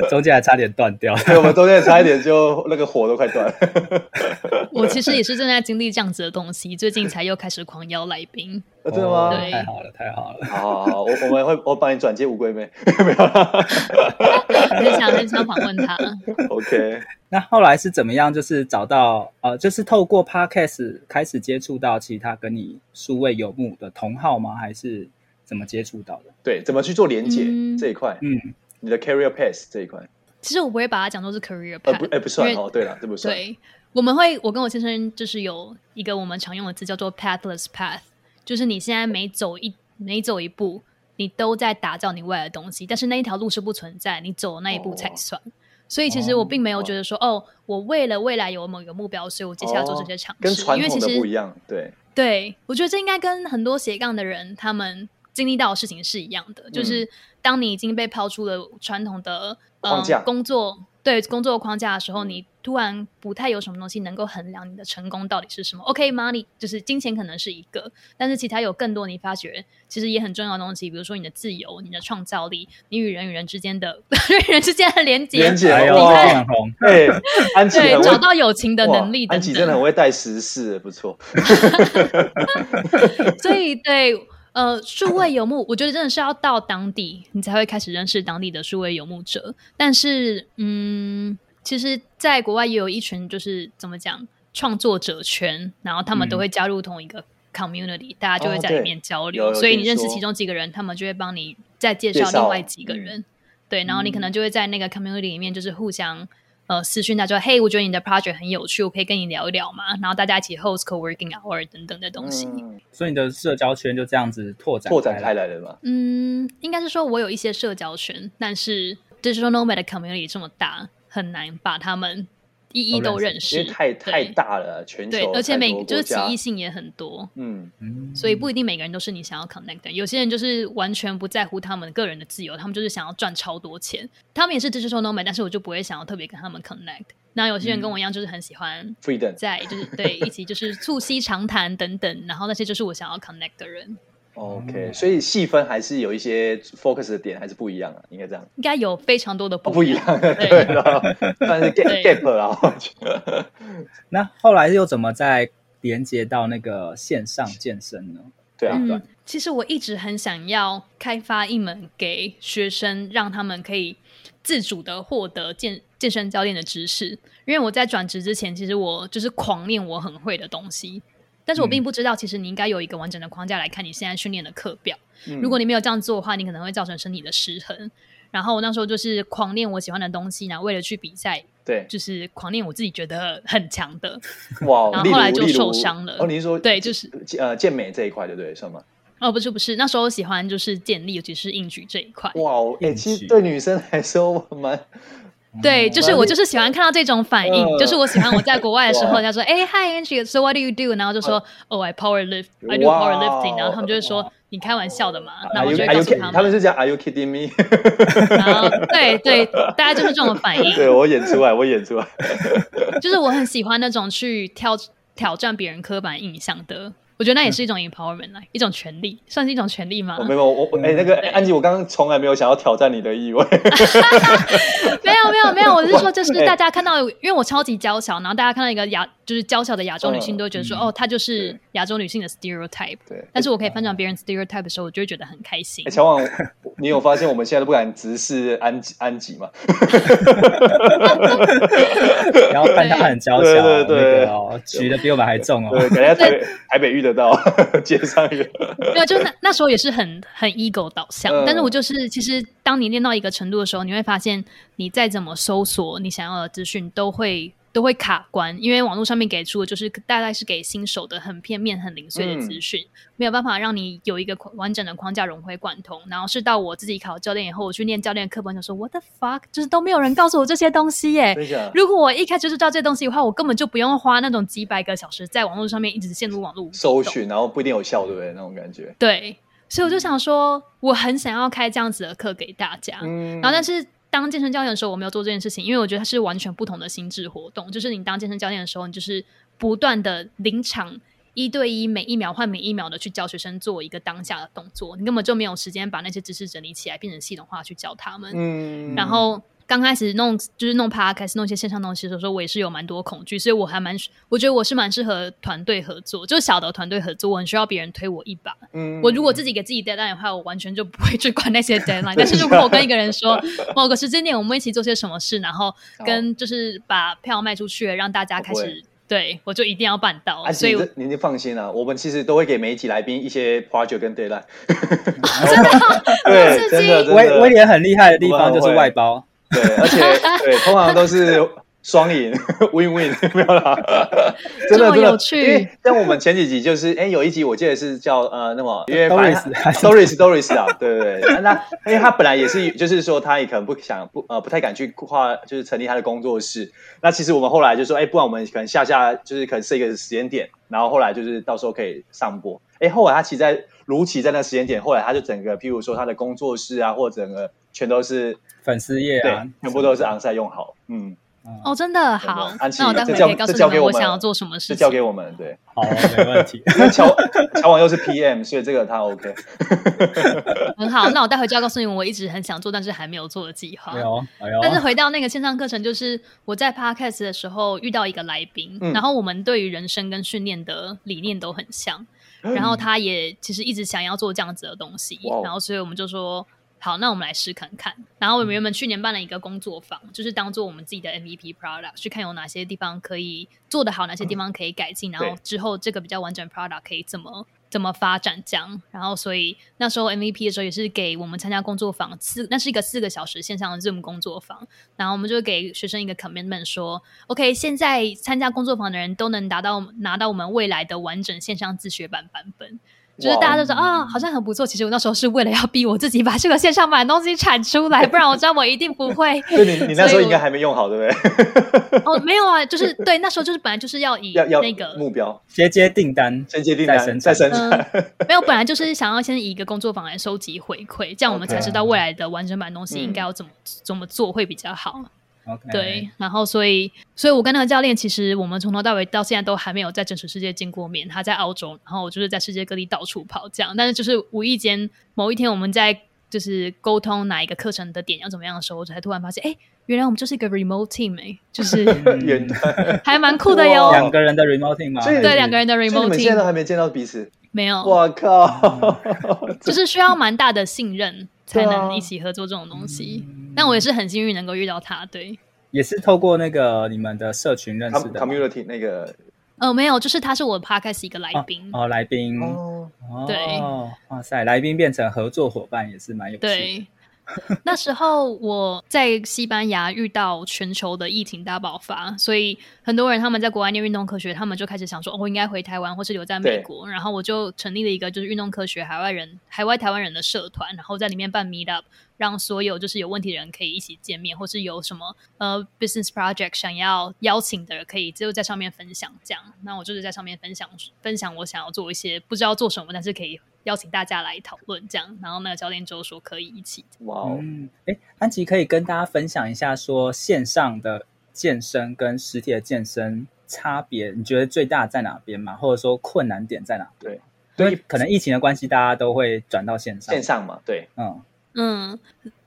[SPEAKER 1] 中间还差点断 掉。
[SPEAKER 2] 对，我们中间差一点就那个火都快断了。
[SPEAKER 3] 我其实也是正在经历这样子的东西，最近才又开始狂邀来宾。
[SPEAKER 2] 呃真的吗？
[SPEAKER 1] 哦
[SPEAKER 3] 对
[SPEAKER 1] 太好了，太好了。
[SPEAKER 2] 好好好，我我们会我帮你转接乌龟妹，没有啦。
[SPEAKER 3] 很想很想访问他。
[SPEAKER 2] OK，
[SPEAKER 1] 那后来是怎么样？就是找到呃，就是透过 podcast 开始接触到其他跟你数位游牧的同好吗？还是怎么接触到的？
[SPEAKER 2] 对，怎么去做连接、
[SPEAKER 3] 嗯
[SPEAKER 2] 这一块？
[SPEAKER 1] 嗯，
[SPEAKER 2] 你的 career path 这一块，
[SPEAKER 3] 其实我不会把它讲作是 career
[SPEAKER 2] 呃不
[SPEAKER 3] path，
[SPEAKER 2] 呃不算
[SPEAKER 3] 因为
[SPEAKER 2] 哦，对了，这不算。
[SPEAKER 3] 对，我们会，我跟我先生就是有一个我们常用的字叫做 pathless path，就是你现在每走一每走一步，你都在打造你未来的东西，但是那一条路是不存在，你走的那一
[SPEAKER 2] 哦
[SPEAKER 3] 步才算。所以其实我并没有觉得说，哦，我为了未来有某个目标，所以我接下来做这些尝试，
[SPEAKER 2] 哦跟传
[SPEAKER 3] 因为
[SPEAKER 2] 统
[SPEAKER 3] 其
[SPEAKER 2] 的
[SPEAKER 3] 实
[SPEAKER 2] 不一样，对，
[SPEAKER 3] 对，我觉得这应该跟很多斜杠的人他们经历到的事情是一样的，就
[SPEAKER 2] 嗯
[SPEAKER 3] 是当你已经被抛出了传统的、呃、
[SPEAKER 2] 框架嗯
[SPEAKER 3] 工作。对工作框架的时候，你突然不太有什么东西能够衡量你的成功到底是什么。OK，money、就是金钱可能是一个，但是其他有更多你发觉其实也很重要的东西，比如说你的自由、你的创造力、你与人与人之间的 人与人之间的连接，
[SPEAKER 2] 连结
[SPEAKER 3] 你
[SPEAKER 1] 哎呦，
[SPEAKER 2] 哇
[SPEAKER 3] 在
[SPEAKER 1] 脸红，
[SPEAKER 2] 对， 安琪很
[SPEAKER 3] 对
[SPEAKER 2] 会
[SPEAKER 3] 找到友情的
[SPEAKER 2] 哇
[SPEAKER 3] 能力等
[SPEAKER 2] 安
[SPEAKER 3] 等
[SPEAKER 2] 琪。真的很会带时事，不错。
[SPEAKER 3] 所以对，呃，数位游牧，我觉得真的是要到当地，你才会开始认识当地的数位游牧者。但是，嗯，其实，在国外也有一群就是怎么讲，创作者圈，然后他们都
[SPEAKER 1] 嗯
[SPEAKER 3] 会加入同一个 community，、大家就会
[SPEAKER 2] 哦
[SPEAKER 3] 在
[SPEAKER 2] 对
[SPEAKER 3] 里面交流。
[SPEAKER 2] 有有
[SPEAKER 3] 所以你
[SPEAKER 2] 听
[SPEAKER 3] 认识
[SPEAKER 2] 说
[SPEAKER 3] 其中几个人，他们就会帮你再介
[SPEAKER 2] 介
[SPEAKER 3] 绍另
[SPEAKER 2] 绍
[SPEAKER 3] 外几个
[SPEAKER 2] 嗯
[SPEAKER 3] 人。对，然后你可能就会在那个 community 里面，就是互相。呃，私讯他就嘿，我觉得你的 project 很有趣，我可以跟你聊一聊嘛。然后大家一起 host co-working hour 等等的东西。
[SPEAKER 2] 嗯，
[SPEAKER 1] 所以你的社交圈就这样子拓展
[SPEAKER 2] 拓展
[SPEAKER 1] 开
[SPEAKER 2] 开
[SPEAKER 1] 来。
[SPEAKER 2] 来了嘛？
[SPEAKER 3] 嗯，应该是说我有一些社交圈，但是 digital nomad 的 community 这么大，很难把他们一一
[SPEAKER 1] 都
[SPEAKER 3] 都
[SPEAKER 1] 认
[SPEAKER 3] 认
[SPEAKER 2] 因
[SPEAKER 3] 识。
[SPEAKER 2] 为太太
[SPEAKER 3] 对
[SPEAKER 2] 大了，全球
[SPEAKER 3] 对，而且
[SPEAKER 2] 太
[SPEAKER 3] 每
[SPEAKER 2] 多
[SPEAKER 3] 就
[SPEAKER 2] 国
[SPEAKER 3] 是歧
[SPEAKER 2] 家
[SPEAKER 3] 义性也很多，
[SPEAKER 2] 嗯，
[SPEAKER 1] 嗯
[SPEAKER 3] 所以不一定每个人都是你想要 connect 的。有些人就是完全不在乎他们个人的自由，他们就是想要赚超多钱。他们也是 digital nomad，但是我就不会想要特别跟他们 connect。那有些人跟
[SPEAKER 2] 嗯
[SPEAKER 3] 我一样，就是很喜欢
[SPEAKER 2] freedom
[SPEAKER 3] 在就是对一起就是促膝长谈等等，然后那些就是我想要 connect 的人。
[SPEAKER 2] OK，所以细分还是有一些 focus 的点还是不一样啊，应该这样。
[SPEAKER 3] 应该有非常多的
[SPEAKER 2] 哦、
[SPEAKER 3] 不
[SPEAKER 2] 不一
[SPEAKER 3] 一
[SPEAKER 2] 样
[SPEAKER 3] 样，，
[SPEAKER 2] 对了，算是 gap
[SPEAKER 3] 对
[SPEAKER 2] gap 啦，我觉得。
[SPEAKER 1] 那后来又怎么再连接到那个线上健身呢？
[SPEAKER 2] 对啊，
[SPEAKER 1] 嗯
[SPEAKER 3] 嗯，其实我一直很想要开发一门给学生，让他们可以自主的获得健健身教练的知识。因为我在转职之前，其实我就是狂练我很会的东西，但是我
[SPEAKER 2] 嗯
[SPEAKER 3] 并不知道，其实你应该有一个完整的框架来看你现在训练的课表。
[SPEAKER 2] 嗯
[SPEAKER 3] 如果你没有这样做的话，你可能会造成身体的失衡。然后我那时候就是狂练我喜欢的东西，然后为了去比赛，
[SPEAKER 2] 对，
[SPEAKER 3] 就是狂练我自己觉得很强的。
[SPEAKER 2] 哇，
[SPEAKER 3] 然后
[SPEAKER 2] 例如
[SPEAKER 3] 后来就
[SPEAKER 2] 例如
[SPEAKER 3] 受伤了
[SPEAKER 2] 哦，你是说
[SPEAKER 3] 对就是
[SPEAKER 2] 呃健美这一块，对不对？算吗？
[SPEAKER 3] 哦，不是不是，那时候喜欢就是健力，尤其是硬举这一块。
[SPEAKER 2] 哇，哦，哎，
[SPEAKER 1] 硬
[SPEAKER 2] 其实
[SPEAKER 1] 举
[SPEAKER 2] 对女生来说蛮
[SPEAKER 3] 对，就是
[SPEAKER 2] 蛮
[SPEAKER 3] 我
[SPEAKER 2] 厉
[SPEAKER 3] 就是喜欢看到这种反应，
[SPEAKER 2] 呃
[SPEAKER 3] 就是我喜欢我在国外的时候，
[SPEAKER 2] 哇
[SPEAKER 3] 人家说，哎，Hi Angie，so what do you do？然后就说，Oh I power lift, I do
[SPEAKER 2] 哇
[SPEAKER 3] power lifting，然后他们就会说，你开玩笑的嘛，那
[SPEAKER 2] Are
[SPEAKER 3] 我
[SPEAKER 2] you
[SPEAKER 3] 就会
[SPEAKER 2] are
[SPEAKER 3] 告
[SPEAKER 2] you
[SPEAKER 3] 诉
[SPEAKER 2] kid-
[SPEAKER 3] 他
[SPEAKER 2] 他们
[SPEAKER 3] 们，
[SPEAKER 2] 是讲 Are you kidding me？
[SPEAKER 3] 然后对对， 大家就是这种反应，
[SPEAKER 2] 对我演出啊来，我演出来，
[SPEAKER 3] 就是我很喜欢那种去挑挑战别人刻板印象的，我觉得那也是一种 empowerment 来，一种权利，算是一种权利吗
[SPEAKER 2] 嗯我？没有，我我哎，那
[SPEAKER 3] 嗯
[SPEAKER 2] 个安吉，我刚刚从来没有想要挑战你的意味，
[SPEAKER 3] 没有没有没有，我是说，就是
[SPEAKER 2] 哎
[SPEAKER 3] 大家看到，因为我超级娇小，然后大家看到一个亚，就是娇小的亚洲女
[SPEAKER 2] 嗯
[SPEAKER 3] 性，都会觉得说，
[SPEAKER 1] 嗯
[SPEAKER 3] 哦，她就是亚洲女性的 stereotype。
[SPEAKER 2] 对。
[SPEAKER 3] 但是我可以翻转别人 stereotype 的时候，我就会觉得很开心
[SPEAKER 2] 哎，。乔王，你有发现我们现在都不敢直视安吉安吉吗？
[SPEAKER 1] 然后看他很娇小，
[SPEAKER 2] 对对对
[SPEAKER 1] 那个哦，举的比我们还重
[SPEAKER 2] 对，
[SPEAKER 1] 哦。
[SPEAKER 2] 感觉在台北台北遇得到， 街上遇得到。
[SPEAKER 3] 对，啊就是那那时候也是很很 ego 导向，
[SPEAKER 2] 嗯
[SPEAKER 3] 但是我就是其实当你练到一个程度的时候，你会发现你再怎么搜索你想要的资讯都会。都会卡关，因为网络上面给出的就是大概是给新手的很片面、很零碎的资讯，没有办法让你有一个框完整的框架融会贯通。然后是到我自己考教练以后，我去念教练课本，想说 What the fuck，就是都没有人告诉我这些东西耶、
[SPEAKER 2] 真假？
[SPEAKER 3] 如果我一开始就知道这些东西的话，我根本就不用花那种几百个小时在网络上面一直陷入网络无底
[SPEAKER 2] 搜
[SPEAKER 3] 洞
[SPEAKER 2] 寻，然后不一定有效，对不对？那种感觉。
[SPEAKER 3] 对，所以我就想说，我很想要开这样子的课给大家。
[SPEAKER 2] 嗯
[SPEAKER 3] 然后，但是当健身教练的时候，我没有做这件事情，因为我觉得它是完全不同的心智活动。就是你当健身教练的时候，你就是不断的临场一对一，每一秒换每一秒的去教学生做一个当下的动作，你根本就没有时间把那些知识整理起来，变成系统化去教他们。
[SPEAKER 2] 嗯
[SPEAKER 3] 然后刚开始弄就是弄 p 开始弄一些线上东西的时候，我也是有蛮多恐惧，所以我还蛮我觉得我是蛮适合团队合作，就小的团队合作，我很需要别人推我一把。
[SPEAKER 2] 嗯
[SPEAKER 3] 我如果自己给自己 deadline 的话，我完全就不会去管那些 deadline。但是如果我跟一个人说某个时间点我们一起做些什么事，然后跟就是把票卖出去，让大家开
[SPEAKER 2] 哦会
[SPEAKER 3] 始对我就一定要办到。
[SPEAKER 2] 啊，所
[SPEAKER 3] 所
[SPEAKER 2] 以
[SPEAKER 3] 以
[SPEAKER 2] 您您放心啦、我们其实都会给每一集来宾一些 project 跟 deadline，
[SPEAKER 3] 真的哦，
[SPEAKER 2] 对，
[SPEAKER 3] 这么
[SPEAKER 2] 真
[SPEAKER 3] 刺激
[SPEAKER 2] 的真
[SPEAKER 1] 威威
[SPEAKER 2] 的，
[SPEAKER 1] 廉很厉害的地方就是外包，
[SPEAKER 2] 对，而 且对，通常都是双赢 win win，没有啦，真
[SPEAKER 3] 这
[SPEAKER 2] 的
[SPEAKER 3] 么
[SPEAKER 2] 真
[SPEAKER 3] 有
[SPEAKER 2] 的，
[SPEAKER 3] 趣
[SPEAKER 2] 因为像我们前几集就是，哎，有一集我记得是叫呃，那么因为
[SPEAKER 1] Doris
[SPEAKER 2] 反正 Doris Doris 啊，对对对，那因为他本来也是，就是说他也可能不想不呃不太敢去跨，就是成立他的工作室，那其实我们后来就说，哎，不然我们可能下下就是可能设一个时间点，然后后来就是到时候可以上播。哎，后来他其实在如期在那个时间点，后来他就整个，譬如说他的工作室啊，或者整个全都是
[SPEAKER 1] 粉丝页
[SPEAKER 2] 对
[SPEAKER 1] 啊，，
[SPEAKER 2] 全部都是昂赛用好，嗯，
[SPEAKER 1] 嗯
[SPEAKER 3] 哦，真的
[SPEAKER 2] 真的
[SPEAKER 3] 好
[SPEAKER 2] 安，琪
[SPEAKER 3] 那我待
[SPEAKER 2] 这
[SPEAKER 3] 会
[SPEAKER 2] 交
[SPEAKER 3] 可以告诉
[SPEAKER 2] 这
[SPEAKER 3] 你
[SPEAKER 2] 交给
[SPEAKER 3] 们
[SPEAKER 2] 我
[SPEAKER 3] 我
[SPEAKER 2] 们
[SPEAKER 3] 想要做什么
[SPEAKER 2] 就
[SPEAKER 3] 事情。
[SPEAKER 2] 交给我们，对，
[SPEAKER 1] 好，没问 题。
[SPEAKER 2] 因为乔乔王又是 PM，所以这个他 OK，
[SPEAKER 3] 很好，那我待会就要告诉你们我一直很想做但是还没有做的计划
[SPEAKER 1] 哎。呦，哎
[SPEAKER 2] 哦
[SPEAKER 3] 但是
[SPEAKER 1] 呦，
[SPEAKER 3] 回到那个线上课程，就是我在 podcast 的时候遇到一个来宾，
[SPEAKER 2] 嗯
[SPEAKER 3] 然后我们对于人生跟训练的理念都很像，然后他也其实一直想要做这样子的东西
[SPEAKER 2] 嗯哇哦，
[SPEAKER 3] 然后所以我们就说。好，那我们来试看看。然后我们原本去年办了一个工作坊，就是当做我们自己的 MVP product，去看有哪些地方可以做得好，哪些地方可以改
[SPEAKER 2] 嗯
[SPEAKER 3] 进，然后之后这个比较完整的 product 可以怎么怎么发展这样。然后所以那时候 MVP 的时候也是给我们参加工作坊四，那是一个四个小时线上的 Zoom 工作坊，然后我们就给学生一个 commitment 说，OK，现在参加工作坊的人都能达到拿到我们未来的完整线上自学版版本。就是大家都说
[SPEAKER 2] 哦
[SPEAKER 3] 啊、好像很不错。其实我那时候是为了要逼我自己把这个线上版的东西产出来，不然我知道我一定不会。
[SPEAKER 2] 所以你你那时
[SPEAKER 3] 所
[SPEAKER 2] 候
[SPEAKER 3] 以
[SPEAKER 2] 应该还没用好，对不 对？
[SPEAKER 3] 哦，没有啊，就是对，那时候就是本来就是要以
[SPEAKER 2] 要要
[SPEAKER 3] 那个
[SPEAKER 2] 目标
[SPEAKER 1] 接接订单，
[SPEAKER 2] 先接订单，再
[SPEAKER 1] 再
[SPEAKER 2] 生
[SPEAKER 1] 生
[SPEAKER 3] 嗯
[SPEAKER 2] 产，，
[SPEAKER 3] 没有，本来就是想要先以一个工作坊来收集回馈，这样我们
[SPEAKER 2] OK
[SPEAKER 3] 才知道未来的完整版东西
[SPEAKER 2] 嗯
[SPEAKER 3] 应该要怎么、怎么做会比较好。
[SPEAKER 1] OK，
[SPEAKER 2] 哎
[SPEAKER 3] 对，然后所以，所以我跟那个教练，其实我们从头到尾到现在都还没有在真实世界见过面。他在澳洲，然后我就是在世界各地到处跑这样。但是就是无意间某一天我们在就是沟通哪一个课程的点要怎么样的时候，我才突然发现，哎，原来我们就是一个 remote team 哎、就 是
[SPEAKER 2] 远端。
[SPEAKER 3] 还蛮酷的
[SPEAKER 2] 哇
[SPEAKER 3] 哟。
[SPEAKER 1] 嗯两个人的 remoting 吗？
[SPEAKER 2] 所以
[SPEAKER 3] 对，两个人的
[SPEAKER 2] 所以你
[SPEAKER 3] remote
[SPEAKER 2] 们现在都
[SPEAKER 3] team
[SPEAKER 2] 还没见到彼此，
[SPEAKER 3] 没有，
[SPEAKER 2] 我靠！嗯
[SPEAKER 3] 就是需要蛮大的信任才
[SPEAKER 2] 对啊嗯
[SPEAKER 3] 能一起合作这种东西。但我也是很幸运能够遇到他。对，
[SPEAKER 1] 也是透过那个你们的社群认识
[SPEAKER 2] Com-
[SPEAKER 1] 的吗
[SPEAKER 2] community 那个
[SPEAKER 3] 呃，没有，就是他是我 podcast 一个
[SPEAKER 2] 啊
[SPEAKER 3] 来宾。
[SPEAKER 1] 哦，来宾
[SPEAKER 2] 哦，
[SPEAKER 1] 哦
[SPEAKER 3] 对，
[SPEAKER 1] 哇塞，来宾变成合作伙伴也是蛮有趣的。
[SPEAKER 3] 对，那时候我在西班牙遇到全球的疫情大爆发，所以很多人他们在国外念运动科学，他们就开始想说，哦，我应该回台湾或是留在美
[SPEAKER 2] 对
[SPEAKER 3] 国。然后我就成立了一个就是运动科学海外人、海外台湾人的社团，然后在里面办 meet up，让所有就是有问题的人可以一起见面，或是有什么呃 business project 想要邀请的，可以就在上面分享这样。那我就是在上面分享分享我想要做一些不知道做什么，但是可以邀请大家来讨论这样。然后那个教练就说可以一起。
[SPEAKER 2] 哇哦，
[SPEAKER 1] 嗯，哎，安琪可以跟大家分享一下，说线上的健身跟实体的健身差别，你觉得最大在哪边吗？或者说困难点在哪边？
[SPEAKER 2] 对，
[SPEAKER 1] 因为可能疫情的关系，大家都会转到线上。
[SPEAKER 2] 线上嘛，对，
[SPEAKER 1] 嗯，
[SPEAKER 3] 嗯，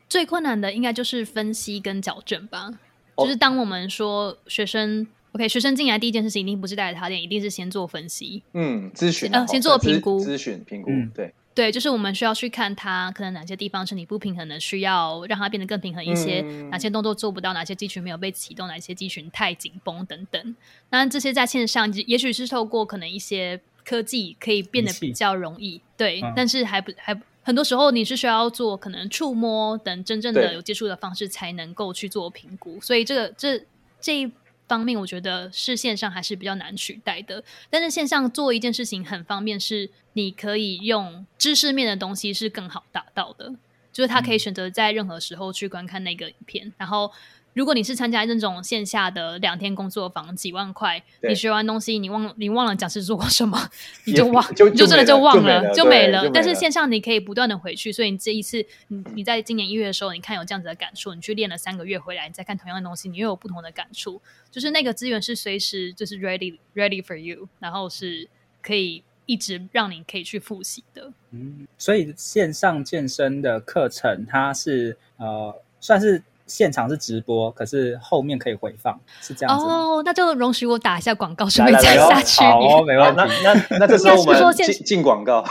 [SPEAKER 3] 最困难的应该就是分析跟矫正吧。
[SPEAKER 2] 哦
[SPEAKER 3] 就是当我们说学生，OK，学生进来第一件事情一定不是带着他练，一定是先做分析。
[SPEAKER 2] 嗯，咨询
[SPEAKER 3] 呃
[SPEAKER 2] 哦
[SPEAKER 3] 先做
[SPEAKER 2] 咨
[SPEAKER 3] 评估
[SPEAKER 2] 咨询评估
[SPEAKER 1] 嗯，
[SPEAKER 2] 对，
[SPEAKER 3] 对，就是我们需要去看他可能哪些地方身体不平衡的，需要让他变得更平衡一些，
[SPEAKER 2] 嗯
[SPEAKER 3] 哪些动作做不到，哪些肌群没有被启动，哪些肌群太紧绷等等。那这些在线上，也许是透过可能一些科技可以变得
[SPEAKER 1] 仪器
[SPEAKER 3] 比较容易，对，
[SPEAKER 1] 嗯
[SPEAKER 3] 但是还不还不很多时候你是需要做可能触摸等真正
[SPEAKER 2] 对
[SPEAKER 3] 的有接触的方式才能够去做评估，所以这个这这一方面我觉得是线上还是比较难取代的。但是线上做一件事情很方便，是你可以用知识面的东西是更好达到的，就是他可以选择在任何时候去观看那个影片。然后，如果你是参加那种线下的两天工作坊，几万块，
[SPEAKER 2] 对
[SPEAKER 3] 你学完东西，你忘你忘了讲师做过 什么，你
[SPEAKER 2] 也
[SPEAKER 3] 就忘，
[SPEAKER 2] 就
[SPEAKER 3] 你就
[SPEAKER 2] 就
[SPEAKER 3] 真
[SPEAKER 2] 没
[SPEAKER 3] 的
[SPEAKER 2] 了
[SPEAKER 3] 就忘
[SPEAKER 2] 就没了
[SPEAKER 3] 就
[SPEAKER 2] 对
[SPEAKER 3] 没
[SPEAKER 2] 就没
[SPEAKER 3] 了。但是
[SPEAKER 2] 了
[SPEAKER 3] 线上你可以不断的回去，所以你这一次你你在今年一月的时候，你看有这样子的感触，你去练了三个月回来，你再看同样的东西，你又有不同的感触。就是那个资源是随时就是 ready ready for you，然后是可以一直让你可以去复习的。
[SPEAKER 1] 嗯，所以线上健身的课程，它是呃，算是现场是直播，可是后面可以回放，是这样子吗？
[SPEAKER 3] 哦，那就容许我打一下广告，顺便
[SPEAKER 2] 来
[SPEAKER 3] 讲
[SPEAKER 2] 来来
[SPEAKER 3] 下去。
[SPEAKER 1] 好哦，没
[SPEAKER 2] 好，
[SPEAKER 1] 问
[SPEAKER 2] 那
[SPEAKER 1] 题。
[SPEAKER 2] 那那这时候我
[SPEAKER 3] 应该
[SPEAKER 2] 们
[SPEAKER 3] 是说线
[SPEAKER 2] 进进广 告，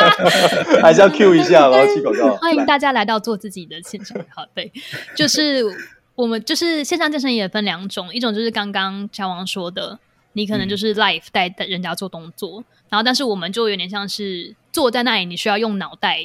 [SPEAKER 2] 还是要 Q 一下，然后进广 告，
[SPEAKER 3] 欢迎
[SPEAKER 2] 来
[SPEAKER 3] 大家来到做自己的现场。好，对，就是我们就是线上健身也分两种，一种就是刚刚乔王说的，你可能就是
[SPEAKER 2] 嗯
[SPEAKER 3] live 带带人家做动作，然后但是我们就有点像是坐在那里，你需要用脑袋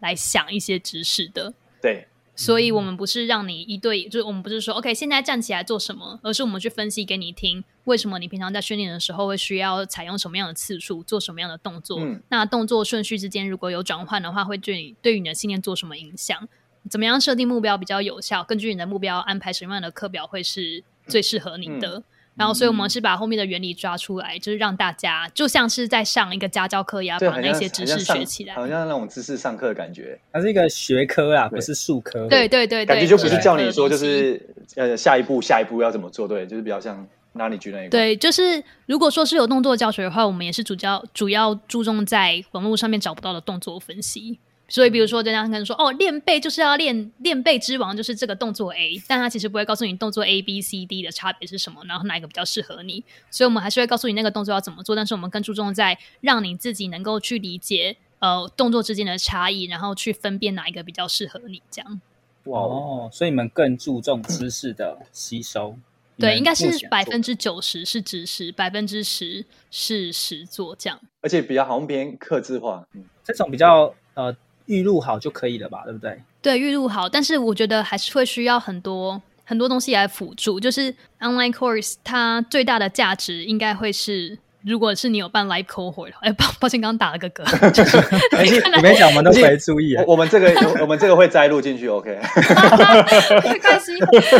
[SPEAKER 3] 来想一些知识的。
[SPEAKER 2] 对，
[SPEAKER 3] 所
[SPEAKER 2] 嗯
[SPEAKER 3] 以我们不是让你一对一，就是我们不是说 OK，现在站起来做什么，而是我们去分析给你听，为什么你平常在训练的时候会需要采用什么样的次数，做什么样的动作，
[SPEAKER 2] 嗯
[SPEAKER 3] 那动作顺序之间如果有转换的话，会对你对于你的信念做什么影响？怎么样
[SPEAKER 2] 嗯
[SPEAKER 3] 设定目标比较有效？根据你的目标安排什么样的课表会是最适合你的。然后，所以我们是把后面的原理抓出来，就是让大家就像是在上一个家教课一样，
[SPEAKER 2] 对，
[SPEAKER 3] 把
[SPEAKER 2] 好
[SPEAKER 3] 那
[SPEAKER 2] 像
[SPEAKER 3] 些
[SPEAKER 2] 好
[SPEAKER 3] 知
[SPEAKER 2] 像
[SPEAKER 3] 识学
[SPEAKER 2] 上
[SPEAKER 3] 起来。
[SPEAKER 2] 好像那种知识上课的感觉，
[SPEAKER 1] 它是一个学科啦，
[SPEAKER 2] 对
[SPEAKER 1] 不是术科。
[SPEAKER 3] 对，对对对，
[SPEAKER 2] 感觉就不
[SPEAKER 3] 这
[SPEAKER 2] 是
[SPEAKER 3] 个
[SPEAKER 2] 叫你说就
[SPEAKER 3] 东西
[SPEAKER 2] 是呃下一步下一步要怎么做，对，就是比较像 knowledge 那一块。
[SPEAKER 3] 对，就是如果说是有动作教学的话，我们也是主教主要注重在网络上面找不到的动作分析。所以，比如说，人家可能说，哦，练背就是要练练背之王，就是这个动作 A，但他其实不会告诉你动作 A、B、C、D 的差别是什么，然后哪一个比较适合你。所以，我们还是会告诉你那个动作要怎么做，但是我们更注重在让你自己能够去理解呃动作之间的差异，然后去分辨哪一个比较适合你。这样
[SPEAKER 2] 哇，
[SPEAKER 1] 哦，所以你们更注重知识的吸收。
[SPEAKER 3] 对，应该是百分
[SPEAKER 1] 之
[SPEAKER 3] 之九十是知识，百分之十是实做这样。
[SPEAKER 2] 而且比较好像偏克制化，嗯
[SPEAKER 1] 这种比较呃预录好就可以了吧，对不对？
[SPEAKER 3] 对，预录好，但是我觉得还是会需要很多很多东西来辅助。就是 online course 它最大的价值应该会是，如果是你有办 live cohort，哎，抱抱歉，刚刚打了个 嗝，就是
[SPEAKER 1] 而且你没讲，我们都没注意啊。
[SPEAKER 2] 我我们这个我们这个会摘录进去，OK？
[SPEAKER 3] 没关系，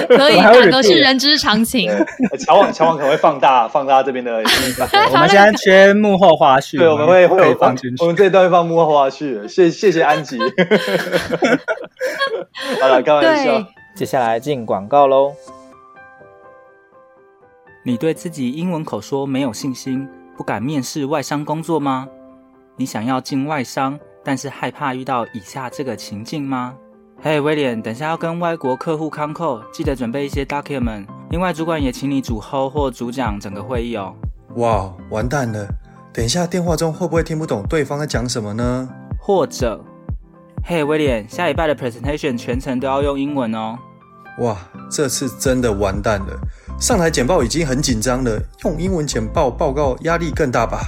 [SPEAKER 3] 可以
[SPEAKER 1] 我还会
[SPEAKER 3] 打嗝
[SPEAKER 1] repeat
[SPEAKER 3] 是人之常情。
[SPEAKER 2] 对乔网乔网可能会放大放大这 边的，
[SPEAKER 1] 我们现在缺幕后花絮，
[SPEAKER 2] 对，我们会
[SPEAKER 1] 可
[SPEAKER 2] 会
[SPEAKER 1] 以
[SPEAKER 2] 有
[SPEAKER 1] 放进去
[SPEAKER 2] 我。们这一段会放幕后花絮，谢谢谢安 吉。好了，开玩笑
[SPEAKER 3] 对。，
[SPEAKER 1] 接下来进广告喽。
[SPEAKER 4] 你对自己英文口说没有信心，不敢面试外商工作吗？你想要进外商，但是害怕遇到以下这个情境吗？嘿，威廉，等下要跟外国客户康扣，记得准备一些 document。另外，主管也请你主 hold 或主讲整个会议哦。
[SPEAKER 5] 哇，完蛋了！等一下电话中会不会听不懂对方在讲什么呢？
[SPEAKER 4] 或者，嘿，威廉，下礼拜的 presentation 全程都要用英文哦。
[SPEAKER 5] 哇，这次真的完蛋了！上台简报已经很紧张了，用英文简报报告压力更大吧？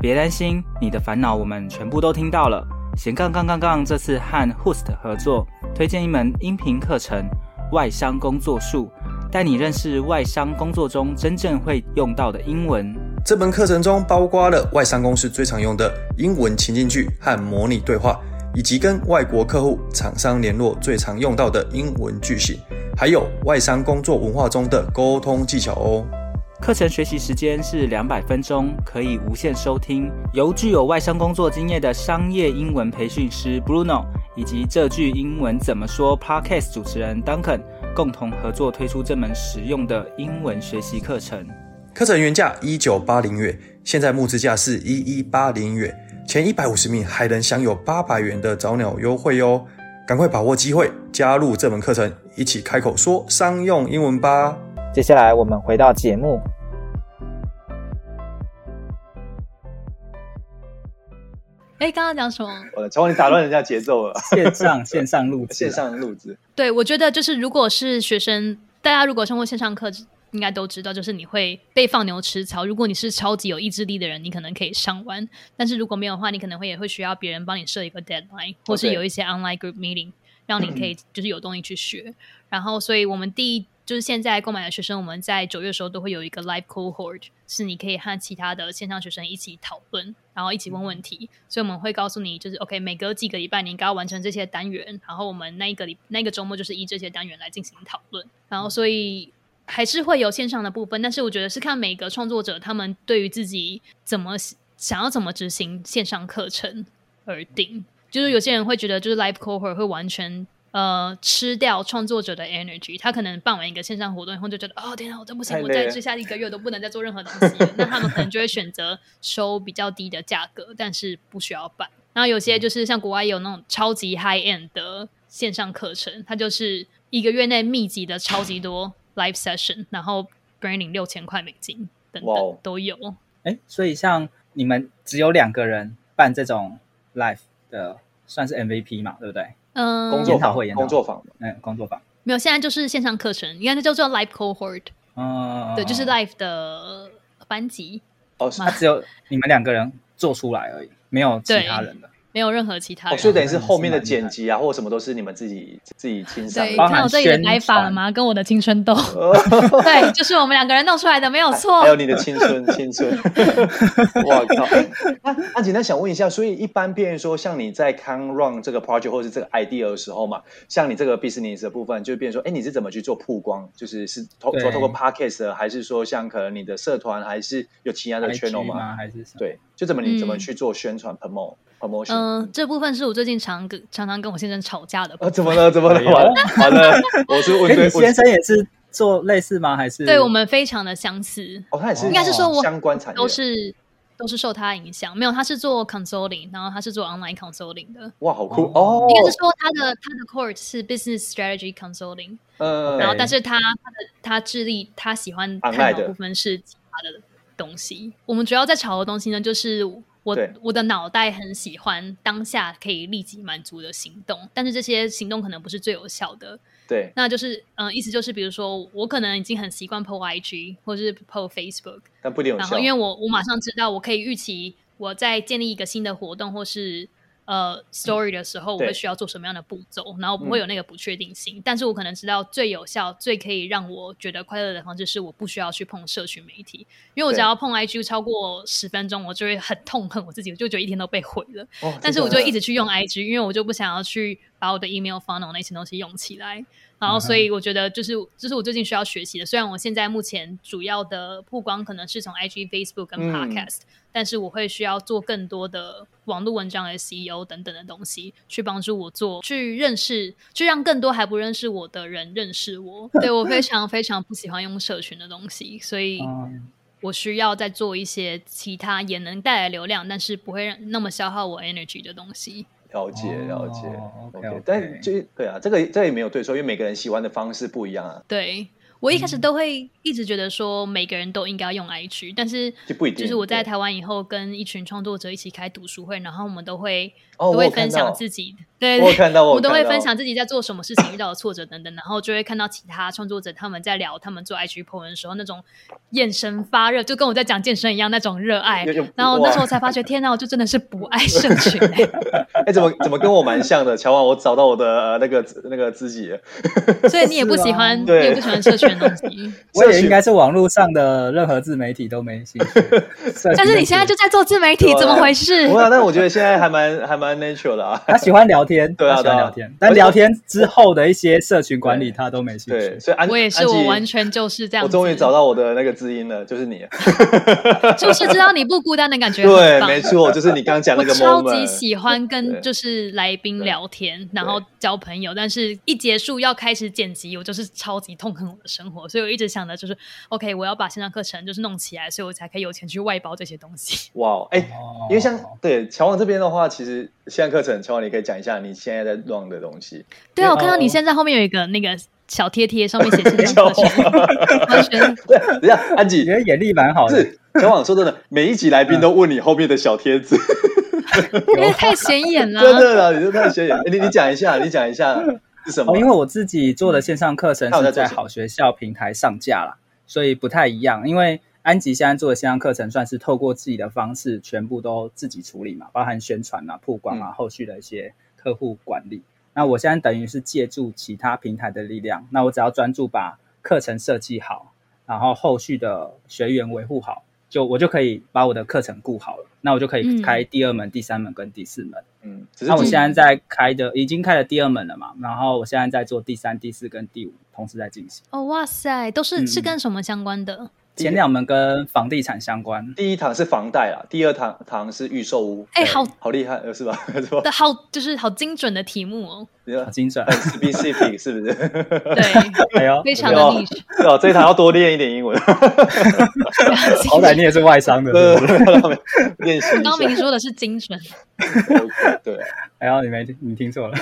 [SPEAKER 4] 别担心，你的烦恼我们全部都听到了。闲杠杠杠杠这次和 Host 合作，推荐一门音频课程《外商工作术》，带你认识外商工作中真正会用到的英文。
[SPEAKER 5] 这门课程中包括了外商公司最常用的英文情境句和模拟对话，以及跟外国客户、厂商联络最常用到的英文句型，还有外商工作文化中的沟通技巧哦。
[SPEAKER 4] 课程学习时间是两百分钟，可以无限收听。由具有外商工作经验的商业英文培训师 Bruno 以及这句英文怎么说 Podcast 主持人 Duncan 共同合作推出这门实用的英文学习课程。
[SPEAKER 5] 课程原价一九八零元，现在募资价是一一八零元，前一百五十名还能享有八百元的早鸟优惠哦！赶快把握机会，加入这门课程，一起开口说商用英文吧！
[SPEAKER 1] 接下来我们回到节目，
[SPEAKER 3] 哎，刚刚讲什么？
[SPEAKER 2] 呃，乔王你打乱人家节奏了，
[SPEAKER 1] 线上线上录制啊
[SPEAKER 2] 线上录制。
[SPEAKER 3] 对，我觉得就是如果是学生，大家如果上过线上课，应该都知道，就是你会被放牛吃草。如果你是超级有意志力的人，你可能可以上完；但是如果没有的话，你可能会也会需要别人帮你设一个 deadline，或是
[SPEAKER 2] 对
[SPEAKER 3] 有一些 online group meeting，让你可以就是有东西去学。然后，所以我们第一就是现在购买的学生，我们在九月的时候都会有一个 live cohort，是你可以和其他的线上学生一起讨论，然后一起问问题。所以我们会告诉你，就是 OK，每隔几个礼拜你应该要完成这些单元，然后我们那一个礼那个周末就是依这些单元来进行讨论。然后，所以还是会有线上的部分，但是我觉得是看每个创作者他们对于自己怎么想要怎么执行线上课程而定。就是有些人会觉得，就是 live cohort 会完全呃吃掉创作者的 energy，他可能办完一个线上活动以后就觉得，哦天啊，我真不行，
[SPEAKER 2] 太
[SPEAKER 3] 我
[SPEAKER 2] 累
[SPEAKER 3] 在
[SPEAKER 2] 了
[SPEAKER 3] 这下一个月都不能再做任何东西了。那他们可能就会选择收比较低的价格，但是不需要办。然后有些就是像国外有那种超级 high end 的线上课程，它就是一个月内密集的超级多 live session，然后别人领六千块美金等
[SPEAKER 2] 哇哦
[SPEAKER 3] 等都有。
[SPEAKER 1] 哎，所以像你们只有两个人办这种 live 的，算是 MVP 嘛，对不对？
[SPEAKER 3] 嗯，
[SPEAKER 2] 工作
[SPEAKER 1] 研讨
[SPEAKER 2] 坊
[SPEAKER 1] 会研讨会
[SPEAKER 2] 工作坊，
[SPEAKER 1] 嗯，工作坊。
[SPEAKER 3] 没有，现在就是线上课程，应该叫做 live cohort，、
[SPEAKER 1] 嗯，
[SPEAKER 3] 对，就是
[SPEAKER 1] live，
[SPEAKER 3] live 的班级。
[SPEAKER 2] 哦，
[SPEAKER 3] 嘛
[SPEAKER 1] 只有你们两个人做出来而已，没有其他人的。
[SPEAKER 3] 没有任何其他
[SPEAKER 2] 哦，
[SPEAKER 3] 人。
[SPEAKER 2] 所以等于是后面的剪辑啊，或什么都是你们自己自己亲上
[SPEAKER 3] 对，
[SPEAKER 2] 的。
[SPEAKER 3] 你
[SPEAKER 1] 包含
[SPEAKER 3] 看我这里的
[SPEAKER 1] 宣
[SPEAKER 3] 改法了
[SPEAKER 1] 传
[SPEAKER 3] 吗？跟我的青春 痘，对，就是我们两个人弄出来的，没有错
[SPEAKER 2] 还。有你的青 春，青春，我靠！那那简单想问一下，所以一般，变成说像你在 Can Run 这个 project 或者是这个 idea 的时候嘛，像你这个 business 的部分，就变成说，哎，你是怎么去做曝光？就是是透
[SPEAKER 1] 对
[SPEAKER 2] 说透过 podcast，的还是说像可能你的社团，还是有其他的 channel
[SPEAKER 1] IG 吗？
[SPEAKER 2] 吗？
[SPEAKER 1] 还是什么？
[SPEAKER 2] 对，就怎么你怎么
[SPEAKER 3] 嗯
[SPEAKER 2] 去做宣传 promo promotion？
[SPEAKER 3] 嗯、这部分是我最近常跟常常跟我先生吵架的部
[SPEAKER 2] 呃，
[SPEAKER 3] 分。
[SPEAKER 2] 怎么了？怎么了？完了完了！我是问
[SPEAKER 1] 跟
[SPEAKER 2] 对
[SPEAKER 1] 哎你先生也是做类似吗？还是
[SPEAKER 3] 对我们非常的相似，
[SPEAKER 2] 哦，他也是
[SPEAKER 3] 应该是说我
[SPEAKER 2] 相关产业
[SPEAKER 3] 都是都是受他影响。没有，他是做 consoling，然后他是做 online consoling 的。
[SPEAKER 2] 哇，好酷哦！
[SPEAKER 3] 应该是说他的他的 core 是 business strategy consoling，
[SPEAKER 2] 呃，
[SPEAKER 3] 然后但是他他的他致力他喜欢
[SPEAKER 2] Online
[SPEAKER 3] 探讨
[SPEAKER 2] 的
[SPEAKER 3] 部分是其他的东西。我们主要在吵的东西呢，就是我
[SPEAKER 2] 对
[SPEAKER 3] 我的脑袋很喜欢当下可以立即满足的行动，但是这些行动可能不是最有效的。
[SPEAKER 2] 对
[SPEAKER 3] 那就是嗯、呃意思就是比如说我可能已经很习惯 po IG 或是 po Facebook，
[SPEAKER 2] 但不一定有
[SPEAKER 3] 然
[SPEAKER 2] 效
[SPEAKER 3] 后，因为我我马上知道我可以预期我在建立一个新的活动或是呃 story 的时候，我
[SPEAKER 2] 对嗯
[SPEAKER 3] 会需要做什么样的步骤，然后不会有那个不确定性。但是我可能知道最有效、最可以让我觉得快乐的方式是我不需要去碰社群媒体，因为我只
[SPEAKER 2] 对
[SPEAKER 3] 要碰 IG 超过十分钟，我就会很痛恨我自己，我就觉得一天都被毁了。
[SPEAKER 2] 哦
[SPEAKER 3] 但是
[SPEAKER 2] 真
[SPEAKER 3] 我
[SPEAKER 2] 的
[SPEAKER 3] 就一直去用 IG，因为我就不想要去把我的 email funnel 那些东西用起来。
[SPEAKER 2] 嗯
[SPEAKER 3] 然后，所以我觉得就是这是我最近需要学习的。虽然我现在目前主要的曝光可能是从 IG、Facebook 跟
[SPEAKER 2] 嗯
[SPEAKER 3] Podcast，、但是我会需要做更多的网络文章、SEO 等等的东西，去帮助我做去认识，去让更多还不认识我的人认 识我。对我非常非常不喜欢用社群的东西，所以
[SPEAKER 2] 哦
[SPEAKER 1] 嗯
[SPEAKER 3] 我需要再做一些其他也能带来流量，但是不会让那么消耗我 energy 的东西。
[SPEAKER 2] 了解了解。
[SPEAKER 1] 哦
[SPEAKER 2] OK，,
[SPEAKER 1] OK，
[SPEAKER 2] 但就对啊，这个这也没有对错，因为每个人喜欢的方式不一样啊，
[SPEAKER 3] 对我一开始都会一直觉得说每个人都应该用 IG，但是
[SPEAKER 2] 就不一定
[SPEAKER 3] 就是我在
[SPEAKER 2] 对
[SPEAKER 3] 台湾以后跟一群创作者一起开读书会，然后我们都会、
[SPEAKER 2] 哦
[SPEAKER 3] 都
[SPEAKER 2] 我有
[SPEAKER 3] 会
[SPEAKER 2] 看
[SPEAKER 3] 分
[SPEAKER 2] 到
[SPEAKER 3] 享自己，对
[SPEAKER 2] 我有
[SPEAKER 3] 对
[SPEAKER 2] 看到我有
[SPEAKER 3] 我们都
[SPEAKER 2] 看
[SPEAKER 3] 会
[SPEAKER 2] 到
[SPEAKER 3] 分享自己在做什么事情、遇到的挫折等等，然后就会看到其他创作者他们在聊他们做 IG po 文的时候那种眼神发热，就跟我在讲健身一样那种热爱
[SPEAKER 2] 有有。
[SPEAKER 3] 然后那时
[SPEAKER 2] 哇
[SPEAKER 3] 候才发觉，天哪，我就真的是不爱社群、欸。
[SPEAKER 2] 哎、怎么怎么跟我蛮像的？乔王，我找到我的、呃、那个那个知己了，
[SPEAKER 3] 所以你也不喜欢，
[SPEAKER 2] 对
[SPEAKER 3] 你也不喜欢社群的 东西。
[SPEAKER 1] 我
[SPEAKER 2] 社
[SPEAKER 1] 也
[SPEAKER 2] 群
[SPEAKER 1] 应该是网络上的任何自媒体都没兴 趣。
[SPEAKER 3] 但
[SPEAKER 1] 但
[SPEAKER 3] 是你现在就在做自媒体
[SPEAKER 2] 对，啊
[SPEAKER 3] 怎么回事
[SPEAKER 2] 不？过、但我觉得现在还蛮还蛮 natural 的啊。
[SPEAKER 1] 他喜欢聊天，
[SPEAKER 2] 对啊
[SPEAKER 1] 他喜欢
[SPEAKER 2] 对啊
[SPEAKER 1] 聊天，但聊天之后的一些社群管理他都没兴
[SPEAKER 2] 对，
[SPEAKER 1] 趣。
[SPEAKER 2] 所以安
[SPEAKER 3] 我也是，
[SPEAKER 2] 安吉
[SPEAKER 3] 我完全就是这样
[SPEAKER 2] 我
[SPEAKER 3] 子。
[SPEAKER 2] 终于找到我的那个知音了，就是你。
[SPEAKER 3] 就是知道你不孤单的感觉 很
[SPEAKER 2] 对，
[SPEAKER 3] 棒。
[SPEAKER 2] 没错，就是你刚刚讲那
[SPEAKER 3] 我
[SPEAKER 2] 个
[SPEAKER 3] 超
[SPEAKER 2] moment。
[SPEAKER 3] 级喜欢
[SPEAKER 2] 对
[SPEAKER 3] 跟就是来宾聊天，然后交朋友，但是一结束要开始剪辑，我就是超级痛恨我的生活，所以我一直想的就是，OK，我要把线上课程就是弄起来，所以我才可以有钱去外包这些东西。
[SPEAKER 2] 哇，哎、
[SPEAKER 1] 哦
[SPEAKER 2] 因为像对乔王这边的话，其实线上课程，乔王你可以讲一下你现在在 run 的东西。
[SPEAKER 3] 对啊，我看到
[SPEAKER 1] 哦
[SPEAKER 3] 你现在后面有一个那个小贴贴，上面写线上
[SPEAKER 2] 乔
[SPEAKER 3] 课
[SPEAKER 2] 王，
[SPEAKER 3] 程，完全
[SPEAKER 2] 对，等一下，安吉
[SPEAKER 1] 你，的眼力蛮好的，
[SPEAKER 2] 是乔王说真的，每一集来宾都问你后面的小贴子，
[SPEAKER 3] 因为太显眼 了。
[SPEAKER 2] 真的啦，你这太显眼。哎你你讲一下，你讲一下是什么？嗯
[SPEAKER 1] 哦，因为我自己做的线上课程
[SPEAKER 2] 那我在
[SPEAKER 1] 是
[SPEAKER 2] 做
[SPEAKER 1] 在
[SPEAKER 2] 什么
[SPEAKER 1] 好学校平台上架啦，所以不太一样。因为安吉现在做的线上课程算是透过自己的方式，全部都自己处理嘛，包含宣传啊、曝光啊、
[SPEAKER 2] 嗯
[SPEAKER 1] 后续的一些客户管理。那我现在等于是借助其他平台的力量，那我只要专注把课程设计好，然后后续的学员维护好，就我就可以把我的课程顾好了，那我就可以
[SPEAKER 3] 嗯
[SPEAKER 1] 开第二门、第三门跟第四门。
[SPEAKER 2] 嗯，只是
[SPEAKER 1] 那我
[SPEAKER 2] 主
[SPEAKER 1] 现在在开的已经开了第二门了嘛，然后我现在在做第三、第四跟第五同时在进行，
[SPEAKER 3] 哦，哇塞，都是
[SPEAKER 1] 嗯
[SPEAKER 3] 是跟什么相关的？
[SPEAKER 1] 前两门跟房地产相关，
[SPEAKER 2] 第一堂是房贷啦，第二堂堂是预售屋。
[SPEAKER 3] 哎好
[SPEAKER 2] 好厉害，呃是吧？ 是吧
[SPEAKER 3] 的？好，就是好精准的题 目哦。
[SPEAKER 2] 你看
[SPEAKER 1] 好精准，
[SPEAKER 2] 很 specific 是不是？
[SPEAKER 3] 对，
[SPEAKER 1] 哎呦，
[SPEAKER 3] 非常的 niche。
[SPEAKER 2] 对哦，这一堂要多练一点英文，
[SPEAKER 1] 好歹你也是外商的，是不是
[SPEAKER 2] 练习一
[SPEAKER 3] 高明
[SPEAKER 2] 下。
[SPEAKER 3] 说的是精准，
[SPEAKER 2] OK，对，
[SPEAKER 1] 哎呦，你没你听 错了，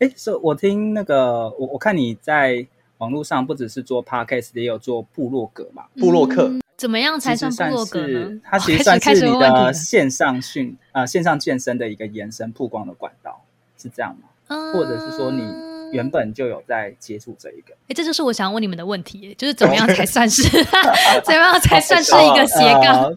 [SPEAKER 1] 哎，是我听那个，我我看你在网络上不只是做 podcast，也有做 部落格嘛，
[SPEAKER 2] 布洛克
[SPEAKER 3] 嗯怎么样才
[SPEAKER 1] 其
[SPEAKER 3] 算
[SPEAKER 1] 实
[SPEAKER 3] 部
[SPEAKER 1] 算
[SPEAKER 3] 落格
[SPEAKER 1] 是
[SPEAKER 3] 呢？
[SPEAKER 1] 它其实
[SPEAKER 3] 我还
[SPEAKER 1] 算
[SPEAKER 3] 是 开始
[SPEAKER 1] 是
[SPEAKER 3] 问
[SPEAKER 1] 你
[SPEAKER 3] 问题了
[SPEAKER 1] 的线上训啊、呃线上健身的一个延伸曝光的管道，是这样吗？或者是说你
[SPEAKER 3] 嗯
[SPEAKER 1] 原本就有在接触这一个。
[SPEAKER 3] 哎，这就是
[SPEAKER 1] 哦
[SPEAKER 3] 我想问你们的问题，就是怎么样才算是怎么样才算是一个斜杠？
[SPEAKER 1] 呃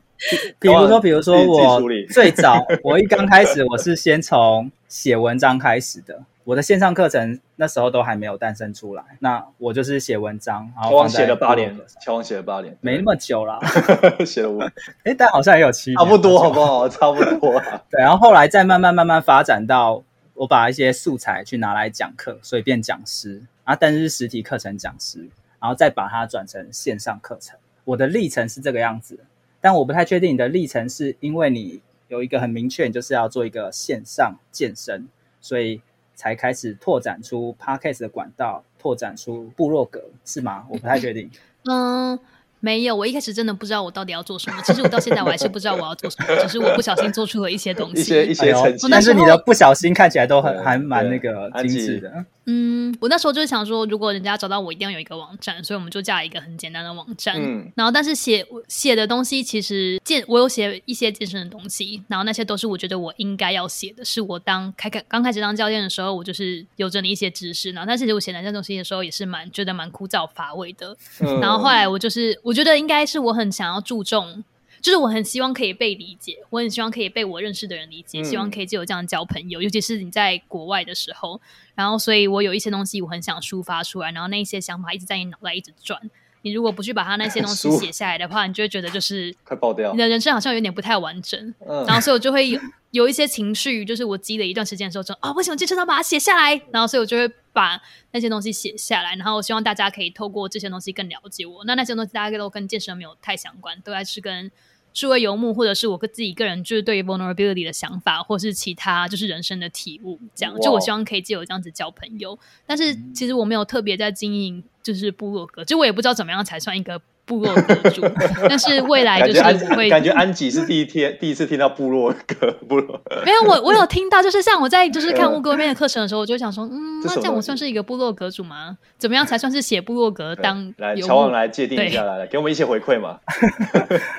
[SPEAKER 1] 比如说，比如
[SPEAKER 2] 自
[SPEAKER 1] 说
[SPEAKER 2] 己
[SPEAKER 1] 我
[SPEAKER 2] 梳理
[SPEAKER 1] 最早，我一刚开始，我是先从写文章开始的。我的线上课程那时候都还没有诞生出来，那我就是写文章，然
[SPEAKER 2] 乔
[SPEAKER 1] 后
[SPEAKER 2] 王
[SPEAKER 1] 放在
[SPEAKER 2] 写了八年
[SPEAKER 1] blog 上，
[SPEAKER 2] 乔王写了八年，
[SPEAKER 1] 没那么久啦，
[SPEAKER 2] 写了五，
[SPEAKER 1] 诶，但好像也有七年，
[SPEAKER 2] 差不多好不好？差不 多啊。
[SPEAKER 1] 对，然后后来再慢慢慢慢发展到我把一些素材去拿来讲课，所以变讲师啊，但是是实体课程讲师，然后再把它转成线上课程。我的历程是这个样子，但我不太确定你的历程是因为你有一个很明确，你就是要做一个线上健身，所以才开始拓展出 podcast 的管道，拓展出部落格，是吗？我不太 确定。
[SPEAKER 3] 嗯，没有，我一开始真的不知道我到底要做什么。其实我到现在我还是不知道我要做什么，只是我不小心做出了 一些东
[SPEAKER 2] 一些一
[SPEAKER 3] 西。
[SPEAKER 2] 些
[SPEAKER 1] 哎呦
[SPEAKER 2] 成绩，
[SPEAKER 3] 哦那
[SPEAKER 1] 但
[SPEAKER 3] 时候
[SPEAKER 1] 是你的不小心看起来都很
[SPEAKER 2] 对
[SPEAKER 1] 还蛮
[SPEAKER 2] 对
[SPEAKER 1] 那个
[SPEAKER 2] 安
[SPEAKER 1] 精
[SPEAKER 2] 吉
[SPEAKER 1] 致的。
[SPEAKER 3] 嗯，我那时候就是想说，如果人家找到我，一定要有一个网站，所以我们就架一个很简单的网站。
[SPEAKER 2] 嗯，
[SPEAKER 3] 然后，但是写写的东西，其实健我有写一些健身的东西，然后那些都是我觉得我应该要写的，是我当开开刚开始当教练的时候，我就是有着你一些知识，然后但是我写那些东西的时候，也是蛮觉得蛮枯燥乏味的。
[SPEAKER 2] 嗯
[SPEAKER 3] 然后后来我就是我觉得应该是我很想要注重，就是我很希望可以被理解，我很希望可以被我认识的人理解，
[SPEAKER 2] 嗯
[SPEAKER 3] 希望可以借由这样交朋友，尤其是你在国外的时候，然后所以我有一些东西我很想抒发出来，然后那一些想法一直在你脑袋一直转。你如果不去把它那些东 西
[SPEAKER 2] 抒
[SPEAKER 3] 写下来的话，你就会觉得就是
[SPEAKER 2] 哎快爆掉
[SPEAKER 3] 你，的人生好像有点不太完整。
[SPEAKER 2] 嗯
[SPEAKER 3] 然后所以我就会有 有一些情绪，就是我积累一段时间的时候就，啊，为什么健身要把它写下来？然后所以我就会把那些东西写下来，然后我希望大家可以透过这些东西更了解我。那那些东西大家都跟健身没有太相关，都还是跟数位游牧或者是我自己个人就是对于 vulnerability 的想法，或是其他就是人生的体悟，这样
[SPEAKER 2] 哇嗯
[SPEAKER 3] 就我希望可以借由这样子交朋友。但是其实我没有特别在经营就是部落格，就我也不知道怎么样才算一个。部落格 主，但是未来
[SPEAKER 2] 感
[SPEAKER 3] 就是
[SPEAKER 2] 觉安
[SPEAKER 3] 我会
[SPEAKER 2] 感觉安吉是第一天第一次听到部落格部落，
[SPEAKER 3] 没有，我我有听到，就是像我在就是看乌龟面的课程的时候，我就想说，嗯，
[SPEAKER 2] 嗯这
[SPEAKER 3] 那
[SPEAKER 2] 什么
[SPEAKER 3] 这样我
[SPEAKER 2] 东西
[SPEAKER 3] 算是一个部落格主吗？怎么样才算是写部落格当
[SPEAKER 2] 来
[SPEAKER 3] 游
[SPEAKER 2] 乔
[SPEAKER 3] 牧
[SPEAKER 2] 王？来界定一下，来来给我们一些回馈嘛，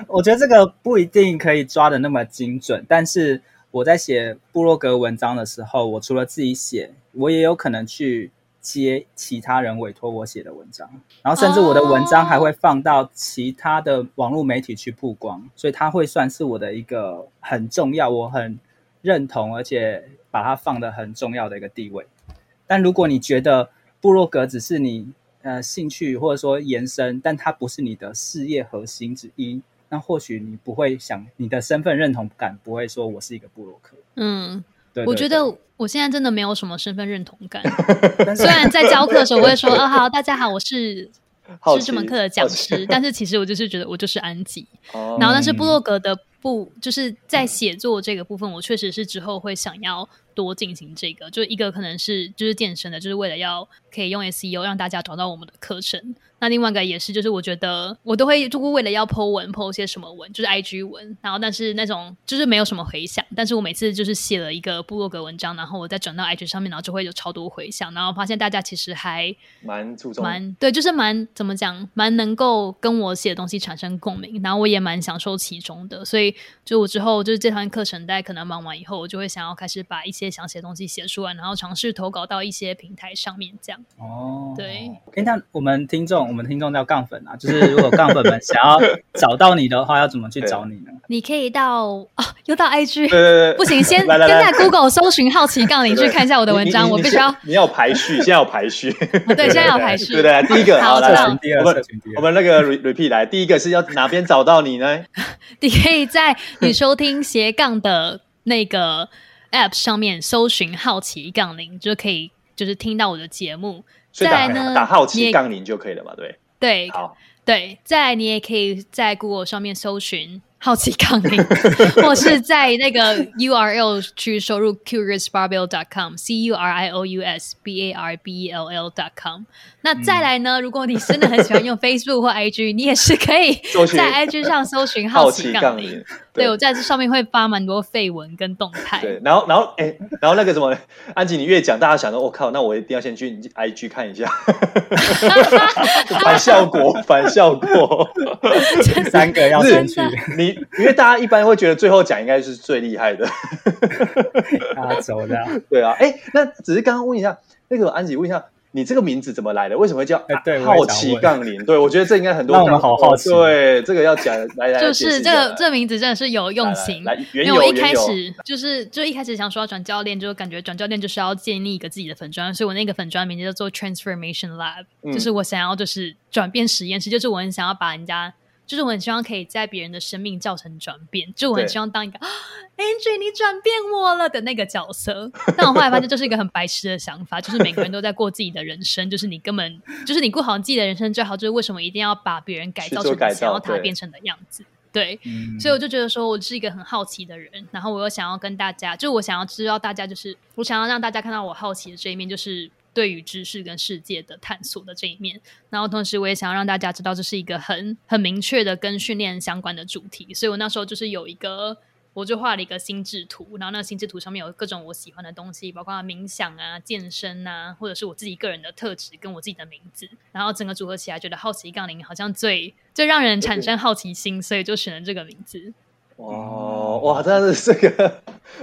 [SPEAKER 1] 我觉得这个不一定可以抓的那么精准，但是我在写部落格文章的时候，我除了自己写，我也有可能去接其他人委托我写的文章，然后甚至我的文章还会放到其他的网络媒体去曝光，所以它会算是我的一个很重要，我很认同，而且把它放的很重要的一个地位。但如果你觉得部落格只是你呃兴趣或者说延伸，但它不是你的事业核心之一，那或许你不会想你的身份认同感不会说我是一个部落客。
[SPEAKER 3] 嗯，
[SPEAKER 1] 对
[SPEAKER 3] 我
[SPEAKER 1] 对对
[SPEAKER 3] 觉得我现在真的没有什么身份认同 感。
[SPEAKER 1] 但是
[SPEAKER 3] 虽然在教课的时候我会说，啊好，大家好，我是
[SPEAKER 2] 好
[SPEAKER 3] 是
[SPEAKER 2] 奇
[SPEAKER 3] 这门课的讲
[SPEAKER 2] 好
[SPEAKER 3] 师，但是其实我就是觉得我就是安吉。
[SPEAKER 2] 哦
[SPEAKER 3] 然后，但是部落格的部就是在写作这个部分，我确实是之后会想要多进行这个，就一个可能是就是健身的，就是为了要可以用 SEO 让大家找到我们的课程。那另外一个也是，就是我觉得我都会就为了要 Po 文 Po 些什么文，就是 IG 文，然后但是那种就是没有什么回响，但是我每次就是写了一个部落格文章，然后我再转到 IG 上面，然后就会有超多回响，然后发现大家其实还
[SPEAKER 2] 蛮注重，
[SPEAKER 3] 蛮对，就是蛮怎么讲，蛮能够跟我写的东西产生共鸣，然后我也蛮享受其中的，所以就我之后就是这堂课程，大概可能忙完以后，我就会想要开始把一些想写的东西写出来，然后尝试投稿到一些平台上面，这样
[SPEAKER 1] 哦，
[SPEAKER 3] 对。
[SPEAKER 1] 哎，那我们听众，我们听众叫杠粉啊，就是如果杠粉们想要找到你的话，要怎么去找你呢？
[SPEAKER 3] 你可以到哦，又到 IG，
[SPEAKER 2] 对对对，
[SPEAKER 3] 不行，先
[SPEAKER 2] 来来来
[SPEAKER 3] 先在 Google 搜寻“好奇杠铃”
[SPEAKER 2] 对
[SPEAKER 3] 去看一下我的文章，
[SPEAKER 2] 你你
[SPEAKER 3] 我
[SPEAKER 2] 你
[SPEAKER 3] 必须要哦
[SPEAKER 2] 先你要有排序，现在有排序，
[SPEAKER 3] 对，现在要排序
[SPEAKER 2] 对，对，第一个
[SPEAKER 3] 好
[SPEAKER 2] 好来
[SPEAKER 3] 知道
[SPEAKER 2] 来
[SPEAKER 1] 群，第二，
[SPEAKER 2] 我们
[SPEAKER 1] 社群第
[SPEAKER 2] 我
[SPEAKER 1] 二。
[SPEAKER 2] 们那个 re- repeat 来，第一个是要哪边找到你呢？
[SPEAKER 3] 你可以在你收听斜杠的那个 App 上面搜寻“好奇杠铃”，就可以就是听到我的节目。
[SPEAKER 2] 所以
[SPEAKER 3] 再
[SPEAKER 2] 打
[SPEAKER 3] 来呢，
[SPEAKER 2] 打好
[SPEAKER 3] 你
[SPEAKER 2] 奇
[SPEAKER 3] 也
[SPEAKER 2] 杠铃就可以了嘛，对，
[SPEAKER 3] 对
[SPEAKER 2] 好，
[SPEAKER 3] 对，再来你也可以在 Google 上面搜寻“好奇杠铃”，或是在那个 URL 去输入 curiousbarbell.com c u r i o u s b a r b e l l dot com。那再来呢，
[SPEAKER 2] 嗯
[SPEAKER 3] 如果你真的很喜欢用 Facebook 或 IG，你也是可以
[SPEAKER 2] 搜寻
[SPEAKER 3] 在 IG 上搜寻“
[SPEAKER 2] 好
[SPEAKER 3] 好奇
[SPEAKER 2] 奇
[SPEAKER 3] 杠
[SPEAKER 2] 杠
[SPEAKER 3] 铃”
[SPEAKER 2] 铃。，
[SPEAKER 3] 对，我在这上面会发蛮多绯闻跟动态。
[SPEAKER 2] 对，然后然后哎，然后那个什么，安吉，你越讲，大家想说，我、靠，那我一定要先去你 IG 看一下， 反效果，反效果。
[SPEAKER 1] 三个要先去
[SPEAKER 2] 你因为大家一般会觉得最后讲应该是最厉害的，
[SPEAKER 1] 大家走的啊，
[SPEAKER 2] 对啊。哎，那只是刚刚问一下，那个安吉问一下，你这个名字怎么来的？为什么会叫啊
[SPEAKER 1] 哎对我也想
[SPEAKER 2] 好
[SPEAKER 1] 问
[SPEAKER 2] 奇杠铃？对我觉得这应该很多
[SPEAKER 1] 那
[SPEAKER 2] 杠
[SPEAKER 1] 我
[SPEAKER 2] 铃。
[SPEAKER 1] 们好好奇
[SPEAKER 2] 对，这个要讲来来，解
[SPEAKER 3] 就
[SPEAKER 2] 释
[SPEAKER 3] 是
[SPEAKER 2] 一
[SPEAKER 3] 这
[SPEAKER 2] 下
[SPEAKER 3] 个
[SPEAKER 2] 来
[SPEAKER 3] 这名字真的是有用心。
[SPEAKER 2] 来来来缘
[SPEAKER 3] 因
[SPEAKER 2] 由
[SPEAKER 3] 为我一开
[SPEAKER 2] 缘由
[SPEAKER 3] 始就是就一开始想说要转教练，就感觉转教练就是要建立一个自己的粉砖，所以我那个粉砖名字叫做 Transformation Lab，、
[SPEAKER 2] 嗯
[SPEAKER 3] 就是我想要就是转变实验室，就是我很想要把人家，就是我很希望可以在别人的生命造成转变，就我很
[SPEAKER 2] 对
[SPEAKER 3] 希望当一个啊 Angie 你转变我了的那个角色。但我后来发现这是一个很白痴的想法，就是每个人都在过自己的人生，就是你根本就是你过好自己的人生最好，就是为什么一定要把别人改
[SPEAKER 2] 去
[SPEAKER 3] 造
[SPEAKER 2] 做
[SPEAKER 3] 成
[SPEAKER 2] 改
[SPEAKER 3] 你想要
[SPEAKER 2] 造
[SPEAKER 3] 他
[SPEAKER 2] 对
[SPEAKER 3] 变成的样子？对，
[SPEAKER 1] 嗯
[SPEAKER 3] 所以我就觉得说，我是一个很好奇的人，然后我又想要跟大家，就我想要知道大家，就是我想要让大家看到我好奇的这一面，就是对于知识跟世界的探索的这一面。然后同时，我也想要让大家知道，这是一个很很明确的跟训练相关的主题。所以我那时候就是有一个，我就画了一个心智图，然后那个心智图上面有各种我喜欢的东西，包括冥想啊、健身啊，或者是我自己个人的特质跟我自己的名字。然后整个组合起来，觉得好奇杠铃好像最最让人产生好奇心，所以就选了这个名字。
[SPEAKER 2] 哦，哇，真的是这个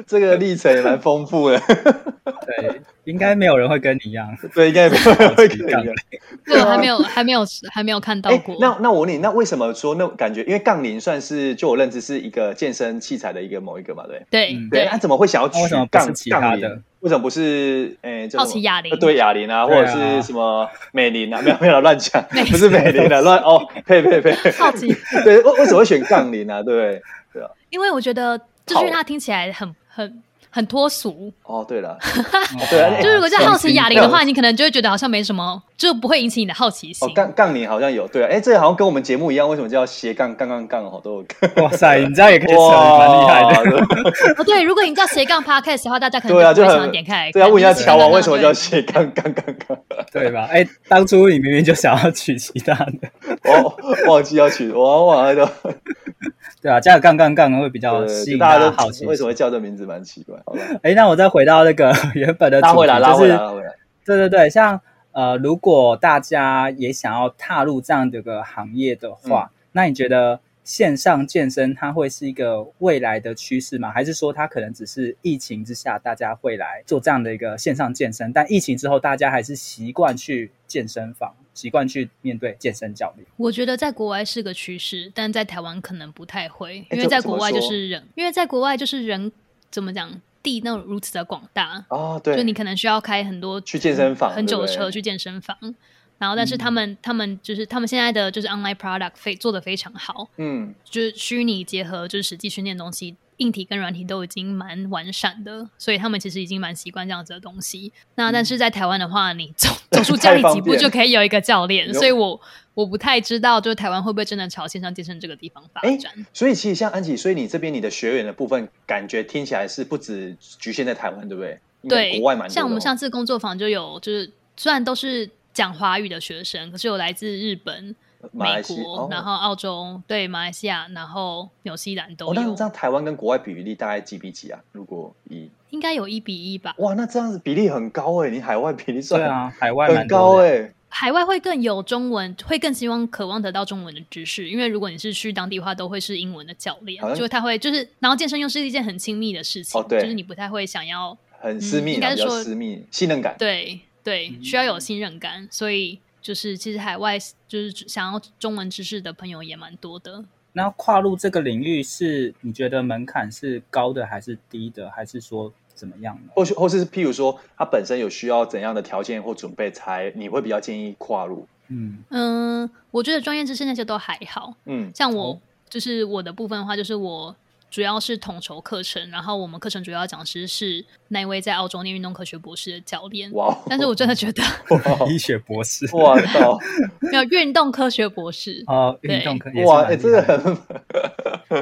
[SPEAKER 2] 这个历程也蛮丰富的，
[SPEAKER 1] 对，应该没有人会跟你一样。
[SPEAKER 2] 对，应该也没有 人会可以
[SPEAKER 1] 杠
[SPEAKER 2] 的
[SPEAKER 1] 铃。
[SPEAKER 3] 这个我还没有，还没有，还没有看到
[SPEAKER 2] 哎
[SPEAKER 3] 过。
[SPEAKER 2] 那那我问你，那为什么说那感觉？因为杠铃算是就我认知是一个健身器材的一个某一个嘛，对。
[SPEAKER 3] 对
[SPEAKER 1] 嗯
[SPEAKER 2] 对，
[SPEAKER 3] 对
[SPEAKER 2] 那、，怎么会想要
[SPEAKER 1] 那为
[SPEAKER 2] 取
[SPEAKER 1] 什么不
[SPEAKER 2] 杠
[SPEAKER 1] 是其他
[SPEAKER 2] 杠
[SPEAKER 1] 的
[SPEAKER 2] 铃？为什么不是诶、这
[SPEAKER 3] 好
[SPEAKER 2] 种
[SPEAKER 3] 奇哑铃
[SPEAKER 2] 呃对哑铃啊，或
[SPEAKER 1] 对啊
[SPEAKER 2] 者是什么美铃啊？没有 没有啦乱讲，不是美铃啊，乱哦，呸呸呸！
[SPEAKER 3] 好奇，
[SPEAKER 2] 对，为为什么会选杠铃啊？对不对？
[SPEAKER 3] 因哎为我觉得就是因为
[SPEAKER 2] 好
[SPEAKER 3] 它听起来很很很脱俗。
[SPEAKER 2] 哦，对了， 对啊
[SPEAKER 1] 对
[SPEAKER 2] 哎
[SPEAKER 3] 就如果叫好奇哑铃的
[SPEAKER 2] 没
[SPEAKER 3] 话，你可能就会觉得好像没什么，就不会引起你的好奇心
[SPEAKER 2] 哦，。杠杠铃好像有对啊，哎，这个好像跟我们节目一样，为什么叫斜杠杠杠哦杠？好多个，
[SPEAKER 1] 哇塞，你这样也可以扯，蛮厉害的。
[SPEAKER 2] 的。
[SPEAKER 3] 哦，对，如果你叫斜杠 podcast 的话，大家可能
[SPEAKER 2] 对啊
[SPEAKER 3] 就不会
[SPEAKER 2] 就很
[SPEAKER 3] 想要点开来看。
[SPEAKER 2] 对啊，问一下
[SPEAKER 3] 就是
[SPEAKER 2] 乔王
[SPEAKER 3] 刚刚
[SPEAKER 2] 为什么叫
[SPEAKER 3] 对
[SPEAKER 2] 斜杠杠杠杠？
[SPEAKER 1] 对吧？哎，当初你明明就想要取其他的，
[SPEAKER 2] 我哦忘记要取，我忘了都。
[SPEAKER 1] 对吧？加个杠杠杠会比较
[SPEAKER 2] 对，
[SPEAKER 1] 吸
[SPEAKER 2] 就
[SPEAKER 1] 引
[SPEAKER 2] 大家
[SPEAKER 1] 家
[SPEAKER 2] 都
[SPEAKER 1] 好奇。
[SPEAKER 2] 为什么？叫这名字蛮奇怪？好吧，
[SPEAKER 1] 哎，那我再回到那个 原本的主
[SPEAKER 2] 拉
[SPEAKER 1] 题，
[SPEAKER 2] 回来，拉
[SPEAKER 1] 就
[SPEAKER 2] 回
[SPEAKER 1] 是
[SPEAKER 2] 来，拉回来。
[SPEAKER 1] 对对对，像呃，如果大家也想要踏入这样的一个行业的
[SPEAKER 2] 嗯
[SPEAKER 1] 话，那你觉得线上健身它会是一个未来的趋势吗？还是说它可能只是疫情之下大家会来做这样的一个线上健身，但疫情之后大家还是习惯去健身房，习惯去面对健身教练？
[SPEAKER 3] 我觉得在国外是个趋势，但在台湾可能不太会，
[SPEAKER 2] 哎这
[SPEAKER 3] 因为在
[SPEAKER 2] 怎么
[SPEAKER 3] 国外就
[SPEAKER 2] 说
[SPEAKER 3] 是人，因为在国外就是人怎么讲，地那种如此的广大，
[SPEAKER 2] 哦，对，
[SPEAKER 3] 就你可能需要开很多
[SPEAKER 2] 去健身房
[SPEAKER 3] 很久
[SPEAKER 2] 对不
[SPEAKER 3] 的
[SPEAKER 2] 对嗯
[SPEAKER 3] 车去健身房。然后，但是他们、他们就是他们现在的就是 online product 非做的非常好，
[SPEAKER 2] 嗯，
[SPEAKER 3] 就是虚拟结合就是实际训练的东西，硬体跟软体都已经蛮完善的，所以他们其实已经蛮习惯这样子的东西。那
[SPEAKER 2] 嗯
[SPEAKER 3] 但是在台湾的话，你 走走出家里几步就可以有一个教练，
[SPEAKER 2] 太方便
[SPEAKER 3] 所以我我不太知道就是台湾会不会真的朝线上健身这个地方发
[SPEAKER 2] 哎
[SPEAKER 3] 展。
[SPEAKER 2] 所以其实像安琪，所以你这边你的学员的部分，感觉听起来是不止局限在台湾，对不对？应该
[SPEAKER 3] 对，
[SPEAKER 2] 国外蛮多的哦
[SPEAKER 3] 像我们上次工作坊就有，就是虽然都是讲华语的学生，可是有来自日本、
[SPEAKER 2] 马
[SPEAKER 3] 美
[SPEAKER 2] 来西亚，
[SPEAKER 3] 国
[SPEAKER 2] 哦，
[SPEAKER 3] 然后澳洲，对，马来西亚，然后纽西兰都
[SPEAKER 2] 哦，那
[SPEAKER 3] 有
[SPEAKER 2] 这，样台湾跟国外比例大概几比几啊？如果以
[SPEAKER 3] 应该有一比一吧。
[SPEAKER 2] 哇，那这样子比例很高哎，你海外比例
[SPEAKER 1] 对
[SPEAKER 2] 算
[SPEAKER 1] 啊，海外蛮
[SPEAKER 2] 很高
[SPEAKER 1] 多的。
[SPEAKER 2] 哎，
[SPEAKER 3] 海外会更有中文，会更希望渴望得到中文的知识，因为如果你是去当地的话，都会是英文的教练
[SPEAKER 2] 好，像
[SPEAKER 3] 就他会就是，然后健身又是一件很亲密的事情，
[SPEAKER 2] 哦对
[SPEAKER 3] 就是你不太会想要
[SPEAKER 2] 很私密
[SPEAKER 3] 嗯应
[SPEAKER 2] 啊，
[SPEAKER 3] 该
[SPEAKER 2] 比较
[SPEAKER 3] 说
[SPEAKER 2] 私密，信任感。
[SPEAKER 3] 对对，
[SPEAKER 2] 嗯
[SPEAKER 3] 需要有信任感，所以就是其实海外就是想要中文知识的朋友也蛮多的。
[SPEAKER 1] 那跨入这个领域是你觉得门槛是高的还是低的，还是说怎么样呢？
[SPEAKER 2] 或许，或是譬如说，他本身有需要怎样的条件或准备，才你会比较建议跨入？
[SPEAKER 1] 嗯，
[SPEAKER 3] 嗯，我觉得专业知识那些都还好，
[SPEAKER 2] 嗯，
[SPEAKER 3] 像我、
[SPEAKER 1] 哦
[SPEAKER 3] 就是我的部分的话，就是我主要是统筹课程，然后我们课程主要讲师是那一位在澳洲念运动科学博士的教练。
[SPEAKER 2] 哇哦，
[SPEAKER 3] 但是我真的觉得
[SPEAKER 1] 医学博士，
[SPEAKER 2] 哇到
[SPEAKER 3] 没有运动科学博 士，
[SPEAKER 1] 哦，
[SPEAKER 3] 对
[SPEAKER 1] 运动可以
[SPEAKER 2] 哇，哎，这个很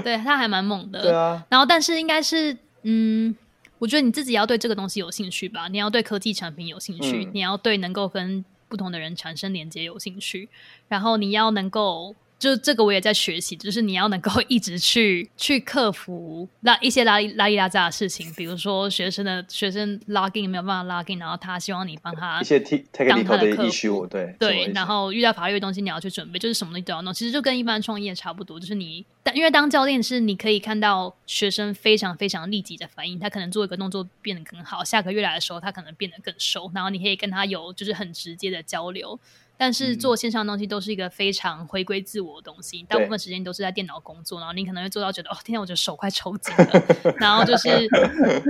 [SPEAKER 3] 对他还蛮猛的。
[SPEAKER 2] 对啊，
[SPEAKER 3] 然后，但是应该是，嗯，我觉得你自己要对这个东西有兴趣吧，你要对科技产品有兴趣，
[SPEAKER 2] 嗯
[SPEAKER 3] 你要对能够跟不同的人产生连接有兴趣，然后你要能够就这个我也在学习，就是你要能够一直去去克服拉一些拉里拉里拉杂的事情，比如说学生的学生 login 没有办法 login，然后他希望你帮他
[SPEAKER 2] 一些 t-
[SPEAKER 3] 呃当他
[SPEAKER 2] technical
[SPEAKER 3] 的
[SPEAKER 2] 的
[SPEAKER 3] 客户
[SPEAKER 2] issue，对
[SPEAKER 3] 对，然
[SPEAKER 2] 后。
[SPEAKER 3] 后遇到法律的东西你要去准备，就是什么东西都要弄。其实就跟一般创业差不多，就是你，但因为当教练是你可以看到学生非常非常立即的反应，他可能做一个动作变得更好，下个月来的时候他可能变得更熟，然后你可以跟他有就是很直接的交流。但是做
[SPEAKER 2] 嗯
[SPEAKER 3] 线上的东西都是一个非常回归自我的东西，大部分时间都是在电脑工作，然后你可能会做到觉得哦，天啊，我觉得手快抽筋了， 然后就是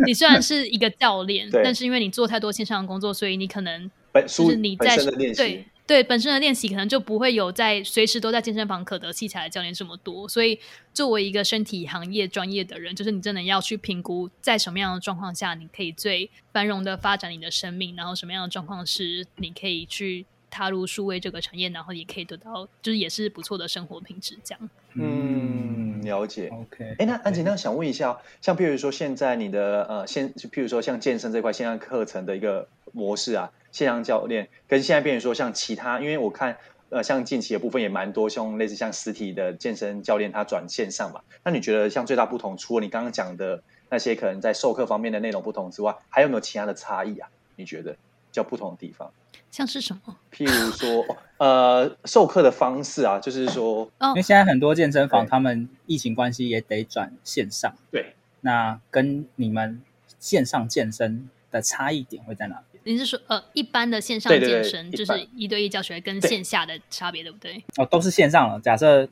[SPEAKER 3] 你虽然是一个教练，
[SPEAKER 2] 对
[SPEAKER 3] 但是因为你做太多线上的工作，所以你可能
[SPEAKER 2] 本
[SPEAKER 3] 就
[SPEAKER 2] 书
[SPEAKER 3] 是你
[SPEAKER 2] 本
[SPEAKER 3] 在
[SPEAKER 2] 身的练习
[SPEAKER 3] 对，对本身的练习，可能就不会有在随时都在健身房可得器材的教练这么多。所以，作为一个身体行业专业的人，就是你真的要去评估，在什么样的状况下，你可以最繁荣的发展你的生命，然后什么样的状况是你可以去踏入数位这个产业，然后也可以得到就是也是不错的生活品质。这样，
[SPEAKER 2] 嗯，了解。
[SPEAKER 1] ，OK，
[SPEAKER 2] 哎，那安姐，那想问一下哦，像譬如说现在你的呃线，譬如说像健身这块线上课程的一个模式啊，线上教练跟现在变成说像其他，因为我看呃像近期的部分也蛮多，像类似像实体的健身教练他转线上嘛，那你觉得像最大不同，除了你刚刚讲的那些可能在授课方面的内容不同之外，还有没有其他的差异啊？你觉得比较不同的地方？
[SPEAKER 3] 像是什么？
[SPEAKER 2] 譬如说， 哦呃，授课的方式啊，就是说，
[SPEAKER 3] 哦
[SPEAKER 1] 因为，现在很多健身房
[SPEAKER 2] 对
[SPEAKER 1] 他们疫情关系也得转线上，
[SPEAKER 2] 对，
[SPEAKER 1] 那跟你们线上健身的差异点会在哪边？
[SPEAKER 3] 你是说呃一般的线上
[SPEAKER 2] 对对对
[SPEAKER 3] 健身，
[SPEAKER 2] 一
[SPEAKER 3] 就
[SPEAKER 2] 般
[SPEAKER 3] 是一对一教学跟
[SPEAKER 2] 对
[SPEAKER 3] 线下的差别，对不对？
[SPEAKER 1] 哦，都是线上了。假设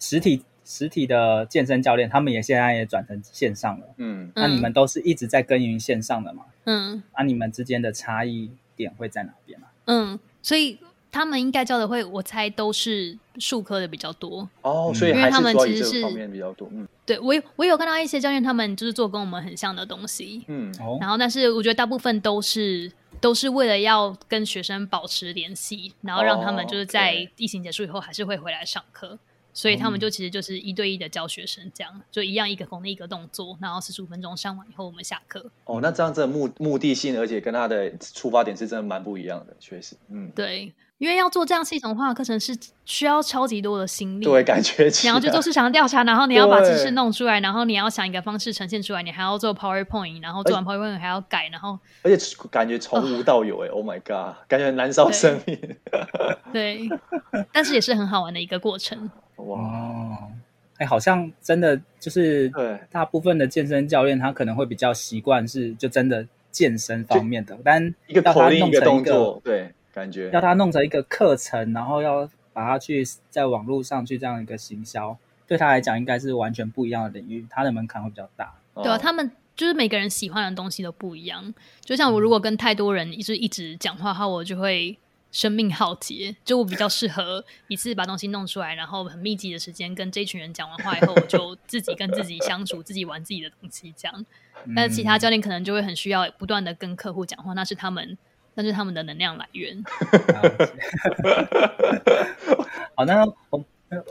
[SPEAKER 1] 实体实体的健身教练他们也现在也转成线上了，
[SPEAKER 2] 嗯，
[SPEAKER 1] 那你们都是一直在耕耘线上的嘛？
[SPEAKER 3] 嗯。嗯
[SPEAKER 1] 那、你们之间的差异点会在哪边啊？
[SPEAKER 3] 嗯，所以他们应该教的会，我猜都是术科的比较多。
[SPEAKER 2] 哦，所以
[SPEAKER 3] 因为
[SPEAKER 2] 还
[SPEAKER 3] 他
[SPEAKER 2] 是
[SPEAKER 3] 们
[SPEAKER 2] 主要以
[SPEAKER 3] 其
[SPEAKER 2] 这
[SPEAKER 3] 实
[SPEAKER 2] 个
[SPEAKER 3] 是
[SPEAKER 2] 方面比较多，嗯
[SPEAKER 3] 对我有我有看到一些教练，他们就是做跟我们很像的东西，
[SPEAKER 2] 嗯，
[SPEAKER 1] 哦，
[SPEAKER 3] 然后但是我觉得大部分都是都是为了要跟学生保持联系，然后让他们就是
[SPEAKER 2] 哦
[SPEAKER 3] 在
[SPEAKER 2] ，OK 嗯
[SPEAKER 3] 疫情结束以后还是会回来上课。所以他们就其实就是一对一的教学生，这样就一样一个同一个动作，然后四十五分钟上完以后我们下课。
[SPEAKER 2] 哦，那这样真的目目的性，而且跟他的出发点是真的蛮不一样的，确实，嗯，
[SPEAKER 3] 对，因为要做这样系统化的课程是需要超级多的心力，
[SPEAKER 2] 对，感觉起来，
[SPEAKER 3] 然后去做市场调查，然后你要把知
[SPEAKER 2] 对
[SPEAKER 3] 识弄出来，然后你要想一个方式呈现出来，你还要做 PowerPoint，然后做完
[SPEAKER 2] 哎
[SPEAKER 3] PowerPoint 还要改，然后
[SPEAKER 2] 而且感觉从无到有，哎，Oh my god，感觉很燃烧生 命，
[SPEAKER 3] 对， 但是也是很好玩的一个过程。
[SPEAKER 2] 哇，
[SPEAKER 1] 哦，哎，好像真的就是
[SPEAKER 2] 对，
[SPEAKER 1] 大部分的健身教练他可能会比较习惯是就真的健身方面的，但
[SPEAKER 2] 一个
[SPEAKER 1] 要
[SPEAKER 2] 口
[SPEAKER 1] 他
[SPEAKER 2] 令
[SPEAKER 1] 弄
[SPEAKER 2] 一个
[SPEAKER 1] 成
[SPEAKER 2] 动
[SPEAKER 1] 一个
[SPEAKER 2] 作，对，感觉
[SPEAKER 3] 啊
[SPEAKER 1] 要他弄成一个课程，然后要把它去在网络上去这样一个行销，对他来讲应该是完全不一样的领域，他的门槛会比较大。
[SPEAKER 3] 对啊，
[SPEAKER 2] 哦
[SPEAKER 3] 他们就是每个人喜欢的东西都不一样。就像我
[SPEAKER 2] 嗯
[SPEAKER 3] 如果跟太多人一直一直讲话的话，我就会生命耗竭。就我比较适合一次把东西弄出来，然后很密集的时间跟这一群人讲完话以后，我就自己跟自己相处，自己玩自己的东西这样。但是
[SPEAKER 1] 嗯
[SPEAKER 3] 其他教练可能就会很需要不断的跟客户讲话，那是他们。那是他们的能量来源。
[SPEAKER 1] 了解 好，那我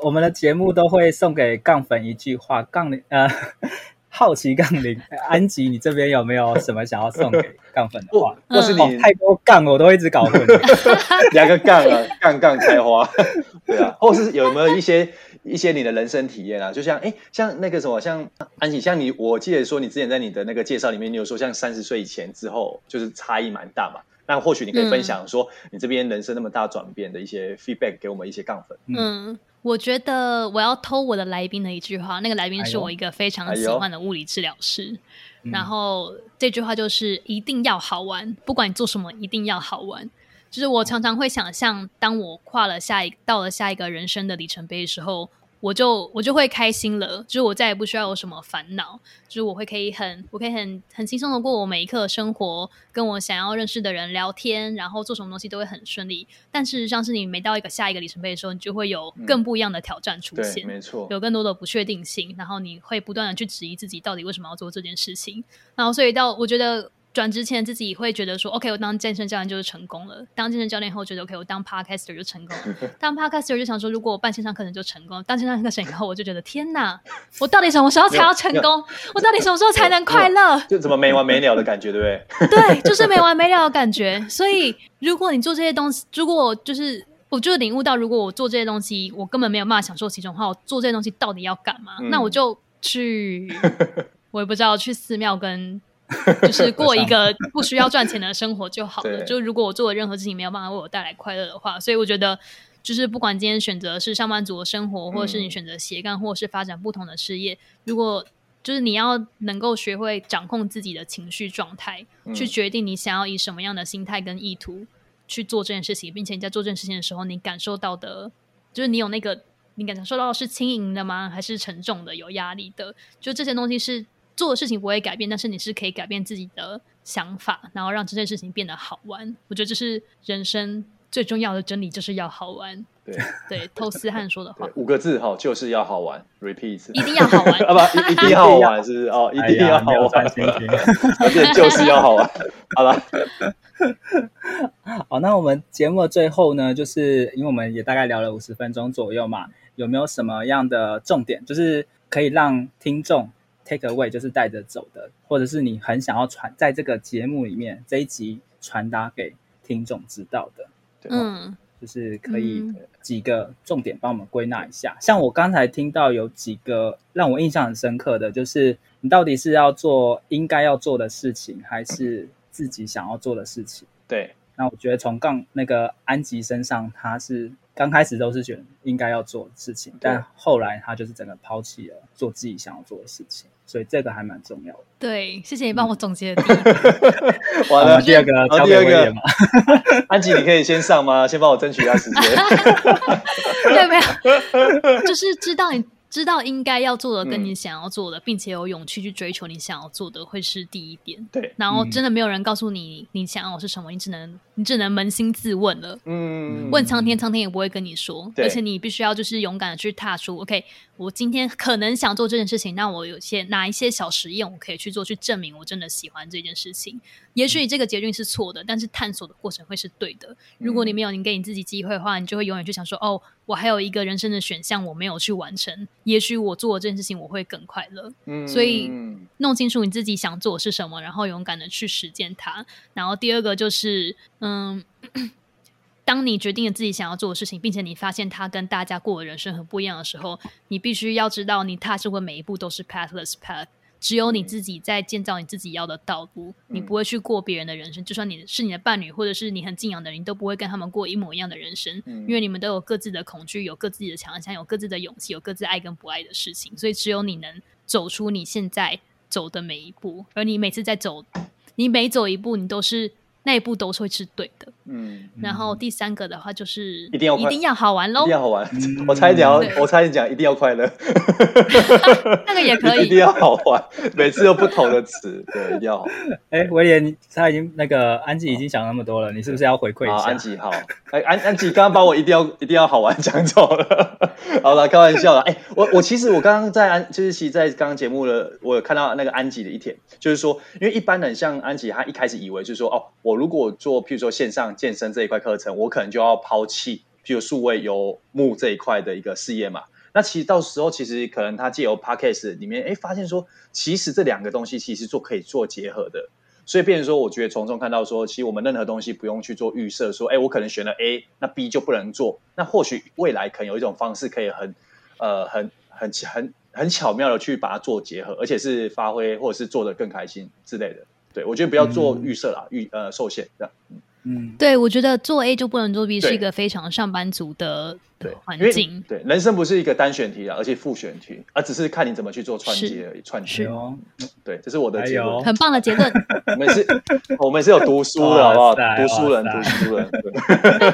[SPEAKER 1] 我们的节目都会送给杠粉一句话，杠铃呃， 好奇杠 铃安吉，你这边有没有什么想要送给杠粉的 话？
[SPEAKER 2] 或是
[SPEAKER 1] 哦
[SPEAKER 2] 你，
[SPEAKER 1] 太多杠我都一直搞混。
[SPEAKER 2] 两个杠啊，杠杠开花， 对啊，或是有没有一些一些你的人生体验啊？就像哎，诶像那个什么，像安琪，像你，我记得说你之前在你的那个介绍里面，你有说像三十岁以前之后，就是差异蛮大嘛。那或许你可以分享说你这边人生那么大转变的一些 feedback 给我们一些杠粉。
[SPEAKER 3] 嗯，我觉得我要偷我的来宾的一句话，那个来宾是
[SPEAKER 1] 哎呦
[SPEAKER 3] 我一个非常喜欢的物理治疗师。
[SPEAKER 1] 嗯
[SPEAKER 3] 然后这句话就是一定要好玩，不管你做什么，一定要好玩。就是我常常会想象，当我跨了下一到了下一个人生的里程碑的时候，我就我就会开心了，就是我再也不需要有什么烦恼，就是我会可以很我可以很很轻松的过我每一刻的生活，跟我想要认识的人聊天，然后做什么东西都会很顺利。但事实上是你每到一个下一个里程碑的时候，你就会有更不一样的挑战出
[SPEAKER 2] 对，
[SPEAKER 3] 现。
[SPEAKER 2] 没错，
[SPEAKER 3] 有更多的不确定性，然后你会不断的去质疑自己到底为什么要做这件事情，然后所以到我觉得转职前自己会觉得说，OK，我当健身教练就是成功了，当健身教练后觉得 OK，我当 podcaster 就成功 了，当 podcaster 就想说，如果我办线上课程就成功，当线上课程以后我就觉得天哪，我到底什么时候才要成
[SPEAKER 2] 没有
[SPEAKER 3] 功？我到底什么时候才能快乐？
[SPEAKER 2] 就怎么没完没了的感觉，对不对？
[SPEAKER 3] 对，就是没完没了的感觉。所以，如果你做这些东西，如果就是我就领悟到，如果我做这些东西，我根本没有办法享受其中的话，我做这些东西到底要干嘛？
[SPEAKER 2] 嗯
[SPEAKER 3] 那我就 去，我也不知道，去寺庙跟 就是过一个不需要赚钱的生活就好了。
[SPEAKER 2] 对
[SPEAKER 3] 就如果我做的任何事情没有办法为我带来快乐的话，所以我觉得。就是不管今天选择是上班族的生活，或者是你
[SPEAKER 2] 嗯
[SPEAKER 3] 选择斜杠，或者是发展不同的事业，如果就是你要能够学会掌控自己的情绪状态，
[SPEAKER 2] 嗯
[SPEAKER 3] 去决定你想要以什么样的心态跟意图去做这件事情，并且你在做这件事情的时候，你感受到的，就是你有那个你感受到的是轻盈的吗？还是沉重的、有压力的？就这些东西是做的事情不会改变，但是你是可以改变自己的想法，然后让这件事情变得好玩。我觉得这是人生最重要的真理，就是要好玩。
[SPEAKER 2] 对
[SPEAKER 3] 对，透思汉说的话
[SPEAKER 2] 对，五个字哈，就是要好玩，repeat 一次
[SPEAKER 3] 一定要好玩。
[SPEAKER 2] 啊不，一一定要好玩是不是？哦， 一定要好
[SPEAKER 1] 哎呀没有
[SPEAKER 2] 玩
[SPEAKER 1] 专，心听。
[SPEAKER 2] 而且就是要好玩。好了，
[SPEAKER 1] 好，那我们节目的最后呢，就是因为我们也大概聊了五十分钟左右嘛，有没有什么样的重点，就是可以让听众 take away，就是带着走的，或者是你很想要传在这个节目里面这一集传达给听众知道的，
[SPEAKER 2] 对
[SPEAKER 3] 嗯，
[SPEAKER 1] 就是可以
[SPEAKER 3] 嗯
[SPEAKER 1] 几个重点帮我们归纳一下。像我刚才听到有几个让我印象很深刻的，就是你到底是要做应该要做的事情，还是自己想要做的事情？
[SPEAKER 2] 对，
[SPEAKER 1] 那我觉得从杠那个安吉身上，他是刚开始都是觉得应该要做的事情，但后来他就是整个抛弃了做自己想要做的事情，所以这个还蛮重要的。
[SPEAKER 3] 对，谢谢你帮我总结的第一
[SPEAKER 2] 完
[SPEAKER 1] 好
[SPEAKER 2] 了，
[SPEAKER 1] 第二个
[SPEAKER 2] 好
[SPEAKER 1] 交
[SPEAKER 2] 第
[SPEAKER 1] 给
[SPEAKER 2] 二
[SPEAKER 1] 威廉吧
[SPEAKER 2] 个， 安吉，你可以先上吗？先帮我争取一下时间。
[SPEAKER 3] 对，没有， 就是知道你知道应该要做的，跟你想要做的，并且有勇气去追求你想要做的，会是第一点。
[SPEAKER 2] 对，
[SPEAKER 3] 然后
[SPEAKER 1] 嗯
[SPEAKER 3] 真的没有人告诉你你想要的是什么，你只能你只能扪心自问了。
[SPEAKER 2] 嗯，
[SPEAKER 3] 问苍天，苍天也不会跟你说，
[SPEAKER 2] 对
[SPEAKER 3] 而且你必须要就是勇敢的去踏出。OK，我今天可能想做这件事情，那我有些哪一些小实验我可以去做，去证明我真的喜欢这件事情。也许你这个决定是错的，但是探索的过程会是对
[SPEAKER 2] 嗯
[SPEAKER 3] 的。如果你没有你给你自己机会的话，你就会永远去想说，哦，我还有一个人生的选项我没有去完成，也许我做了这件事情我会更快乐。
[SPEAKER 2] 嗯
[SPEAKER 3] 所以
[SPEAKER 2] 嗯
[SPEAKER 3] 弄清楚你自己想做的是什么，然后勇敢的去实践它。然后第二个就是，嗯， 当你决定了自己想要做的事情，并且你发现它跟大家过的人生很不一样的时候，你必须要知道，你踏出的每一步都是 pathless path。只有你自己在建造你自己要的道路，你不会去过别人的人生。就算你是你的伴侣，或者是你很敬仰的人，你都不会跟他们过一模一样的人生，
[SPEAKER 2] 嗯
[SPEAKER 3] 因为你们都有各自的恐惧，有各自的强项，有各自的勇气，有各自爱跟不爱的事情。所以，只有你能走出你现在走的每一步，而你每次在走，你每走一步，你都是那一步都是会是对的。
[SPEAKER 2] 嗯，
[SPEAKER 3] 然后第三个的话就是
[SPEAKER 2] 一定要
[SPEAKER 3] 一
[SPEAKER 2] 快
[SPEAKER 3] 定要好玩
[SPEAKER 2] 一
[SPEAKER 3] 喽
[SPEAKER 2] 定，要好玩。我差一点要
[SPEAKER 3] 对，
[SPEAKER 2] 我差一点讲一定要快乐，
[SPEAKER 3] 那个也可
[SPEAKER 2] 一定
[SPEAKER 3] 以。
[SPEAKER 2] 要好玩，每次都不同的词，对，一定要好玩。
[SPEAKER 1] 哎，威廉你他已经那个安吉已经想那么多了，你是不是要回馈一
[SPEAKER 2] 好，
[SPEAKER 1] 下？
[SPEAKER 2] 安吉好，哎，安安吉刚刚把我一定要 一定要好玩讲走了， 好了，开玩笑了。哎，我我其实我刚刚在安，就是其实在刚刚节目的，我有看到那个安吉的一点，就是说，因为一般人像安吉，他一开始以为就是说，哦，我如果做譬如说线上健身这一块课程，我可能就要抛弃譬如数位游牧这一块的一个事业嘛。那其实到时候，其实可能他借由 podcast 里面，哎，发现说，其实这两个东西其实做可以做结合的。所以变成说，我觉得从中看到说，其实我们任何东西不用去做预设，说，哎，我可能选了 A，那 B 就不能做。那或许未来可能有一种方式可以很，呃，很很很很巧妙的去把它做结合，而且是发挥或者是做的更开心之类的。对，我觉得不要做预设啦，预呃受限这样。
[SPEAKER 1] 嗯，
[SPEAKER 3] 对，我觉得做 A 就不能做 B
[SPEAKER 2] 对
[SPEAKER 3] 是一个非常上班族的
[SPEAKER 2] 对，
[SPEAKER 3] 环
[SPEAKER 2] 因为
[SPEAKER 3] 境。
[SPEAKER 2] 对人生不是一个单选题啦，而且复选题，而只是看你怎么去做串接而已。串
[SPEAKER 1] 哎
[SPEAKER 2] 接，
[SPEAKER 1] 呦，
[SPEAKER 2] 对，这是我的
[SPEAKER 1] 哎
[SPEAKER 2] 结论。
[SPEAKER 1] 呦，
[SPEAKER 3] 很棒的结论，
[SPEAKER 2] 我们是，我们是有读书的，好不好？
[SPEAKER 1] 哇塞
[SPEAKER 2] 读书人，
[SPEAKER 1] 哇
[SPEAKER 2] 读书人。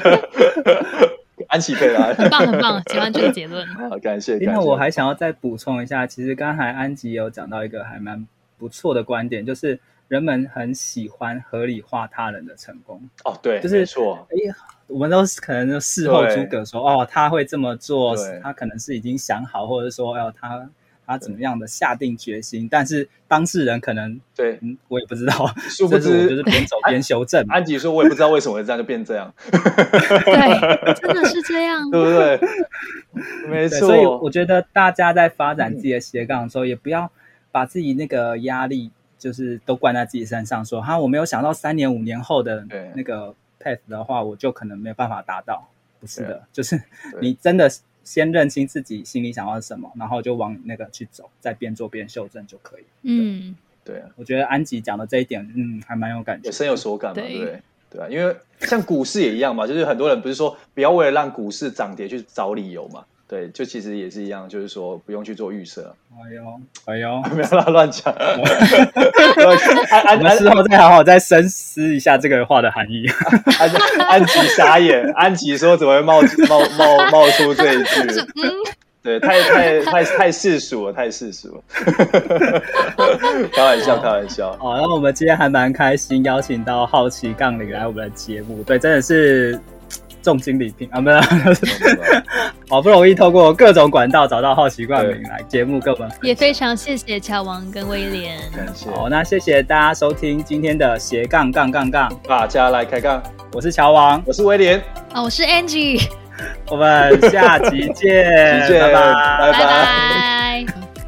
[SPEAKER 2] 对 安琪可以来，
[SPEAKER 3] 很棒，啊很棒，喜欢这个结论。
[SPEAKER 2] 好，感谢。
[SPEAKER 1] 诶
[SPEAKER 2] 感
[SPEAKER 1] 那
[SPEAKER 2] 谢
[SPEAKER 1] 我还想要再补充一下，其实刚才安吉有讲到一个还蛮不错的观点，就是人们很喜欢合理化他人的成功。
[SPEAKER 2] 哦，对，
[SPEAKER 1] 就是
[SPEAKER 2] 没错，
[SPEAKER 1] 哎呀，我们都是可能就事后诸葛说，哦，他会这么做
[SPEAKER 2] 对，
[SPEAKER 1] 他可能是已经想好，或者说，哦，他他怎么样的下定决心，但是当事人可能，
[SPEAKER 2] 对。
[SPEAKER 1] 嗯，我也不知道，
[SPEAKER 2] 殊不
[SPEAKER 1] 这是我 就
[SPEAKER 2] 知
[SPEAKER 1] 是，边走边修正嘛。
[SPEAKER 2] 安吉说，我也不知道为什么会这样就变这样，
[SPEAKER 3] 对，真的是这样。
[SPEAKER 2] 对不对？没
[SPEAKER 1] 对，所以
[SPEAKER 2] 错
[SPEAKER 1] 我，觉得大家在发展自己的斜杠的时候，也不要把自己那个压力就是都灌在自己身上，说哈，我没有想到三年五年后的
[SPEAKER 2] 对
[SPEAKER 1] 那个 path 的话，我就可能没有办法达到。不是的，就是
[SPEAKER 2] 对
[SPEAKER 1] 你真的先认清自己心里想要什么，然后就往那个去走，再边做边修正就可以。
[SPEAKER 3] 嗯，
[SPEAKER 2] 对啊，
[SPEAKER 1] 我觉得安吉讲的这一点，嗯，还蛮有感觉
[SPEAKER 2] 也。深有所感嘛，
[SPEAKER 3] 对
[SPEAKER 2] 对不对？对啊，因为像股市也一样嘛，就是很多人不是说不要为了让股市涨跌去找理由嘛，对，就其实也是一样，就是说不用去做预 设，
[SPEAKER 1] 哎呦，哎呦，
[SPEAKER 2] 不要乱乱讲，乱安
[SPEAKER 1] 我
[SPEAKER 2] 安
[SPEAKER 1] 们
[SPEAKER 2] 安
[SPEAKER 1] 事后再好好再深思一下这个话的含义。
[SPEAKER 2] 安安吉傻眼，安吉说怎么会冒冒冒冒出这一句？对，太太太太世俗了，太世俗了， 开玩笑，开玩笑。
[SPEAKER 1] 哦，那我们今天还蛮开心，邀请到好奇杠铃来我们的节目，对，真的是嘖重金礼聘 啊，没有，好不容易透过各种管道找到好奇杠铃来节目跟我们分享
[SPEAKER 3] 也非常谢谢乔王跟威廉，
[SPEAKER 2] 感谢
[SPEAKER 1] 好，那谢谢大家收听今天的斜杠杠杠杠，
[SPEAKER 2] 大家来开杠，
[SPEAKER 1] 我是乔王，
[SPEAKER 2] 我是威廉，
[SPEAKER 3] 哦，我是 Angie，
[SPEAKER 1] 我们下集见，
[SPEAKER 2] 集见
[SPEAKER 1] 拜拜。
[SPEAKER 2] 拜
[SPEAKER 3] 拜拜。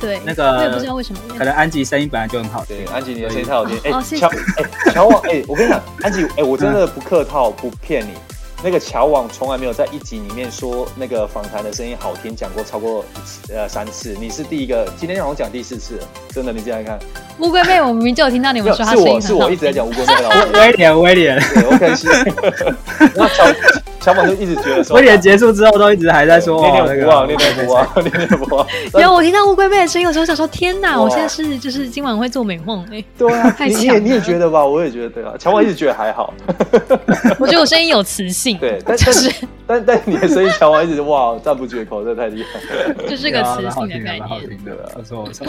[SPEAKER 3] 对，
[SPEAKER 1] 那个
[SPEAKER 3] 我也不知道为什么，
[SPEAKER 1] 可能安吉声音本来就很好听
[SPEAKER 2] 对，，安吉，你的声音太好听。哎、
[SPEAKER 3] 哦谢谢
[SPEAKER 2] 乔，哎、乔王，哎、我跟你讲，安吉，哎、我真的不客套，不骗你。那个乔王从来没有在一集里面说那个访谈的声音好听讲过超过一次呃三次，你是第一个，今天好像讲第四次了，真的，你这样看，
[SPEAKER 3] 乌龟妹，我明明就有听到你
[SPEAKER 2] 没
[SPEAKER 3] 们
[SPEAKER 2] 有，
[SPEAKER 3] 说她
[SPEAKER 2] 是
[SPEAKER 3] 声
[SPEAKER 2] 我
[SPEAKER 3] 音很好听
[SPEAKER 2] 是我一直在讲，乌龟妹老师，
[SPEAKER 1] 威廉威廉
[SPEAKER 2] 对我 可惜，那乔乔王就一直觉得说，
[SPEAKER 1] 威廉结束之后都一直还在说，
[SPEAKER 2] 念
[SPEAKER 1] 哦
[SPEAKER 2] 念不
[SPEAKER 1] 那
[SPEAKER 2] 忘，念
[SPEAKER 1] 个
[SPEAKER 2] 念不忘，念念不 忘，
[SPEAKER 3] 然后我听到乌龟妹的声音，我时候想说：天哪，
[SPEAKER 2] 哇
[SPEAKER 3] 我现在是就是今晚会做美梦哎、
[SPEAKER 2] 对啊，
[SPEAKER 3] 太
[SPEAKER 2] 你你
[SPEAKER 3] 强
[SPEAKER 2] 也
[SPEAKER 3] 了
[SPEAKER 2] 你也觉得吧，我也觉得对啊，乔王一直觉得还好，
[SPEAKER 3] 我觉得我声音有磁 性，
[SPEAKER 2] 对，但
[SPEAKER 3] 就
[SPEAKER 2] 但
[SPEAKER 3] 是
[SPEAKER 2] 是但但你的声音乔王一直哇赞不绝口，这太厉 害了。
[SPEAKER 3] 就是个磁
[SPEAKER 1] 啊蛮好
[SPEAKER 3] 性
[SPEAKER 1] 听
[SPEAKER 3] 的概
[SPEAKER 1] 蛮好
[SPEAKER 3] 念。
[SPEAKER 1] 听的，不错不错。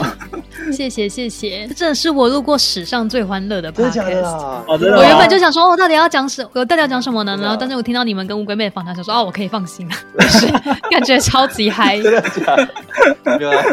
[SPEAKER 3] 谢谢谢谢，这真的是我录过史上最欢乐的 podcast。
[SPEAKER 2] 啊
[SPEAKER 1] 哦真的
[SPEAKER 3] 我
[SPEAKER 1] 吗
[SPEAKER 3] 原本就想说，哦，到底要讲什，我到底要讲什么呢？
[SPEAKER 2] 真的啊
[SPEAKER 3] 然后，但是我听到你们跟乌龟妹的访谈，想说，哦， 我可以放心了，就是感觉超级 嗨。
[SPEAKER 2] 真的假的？没有啊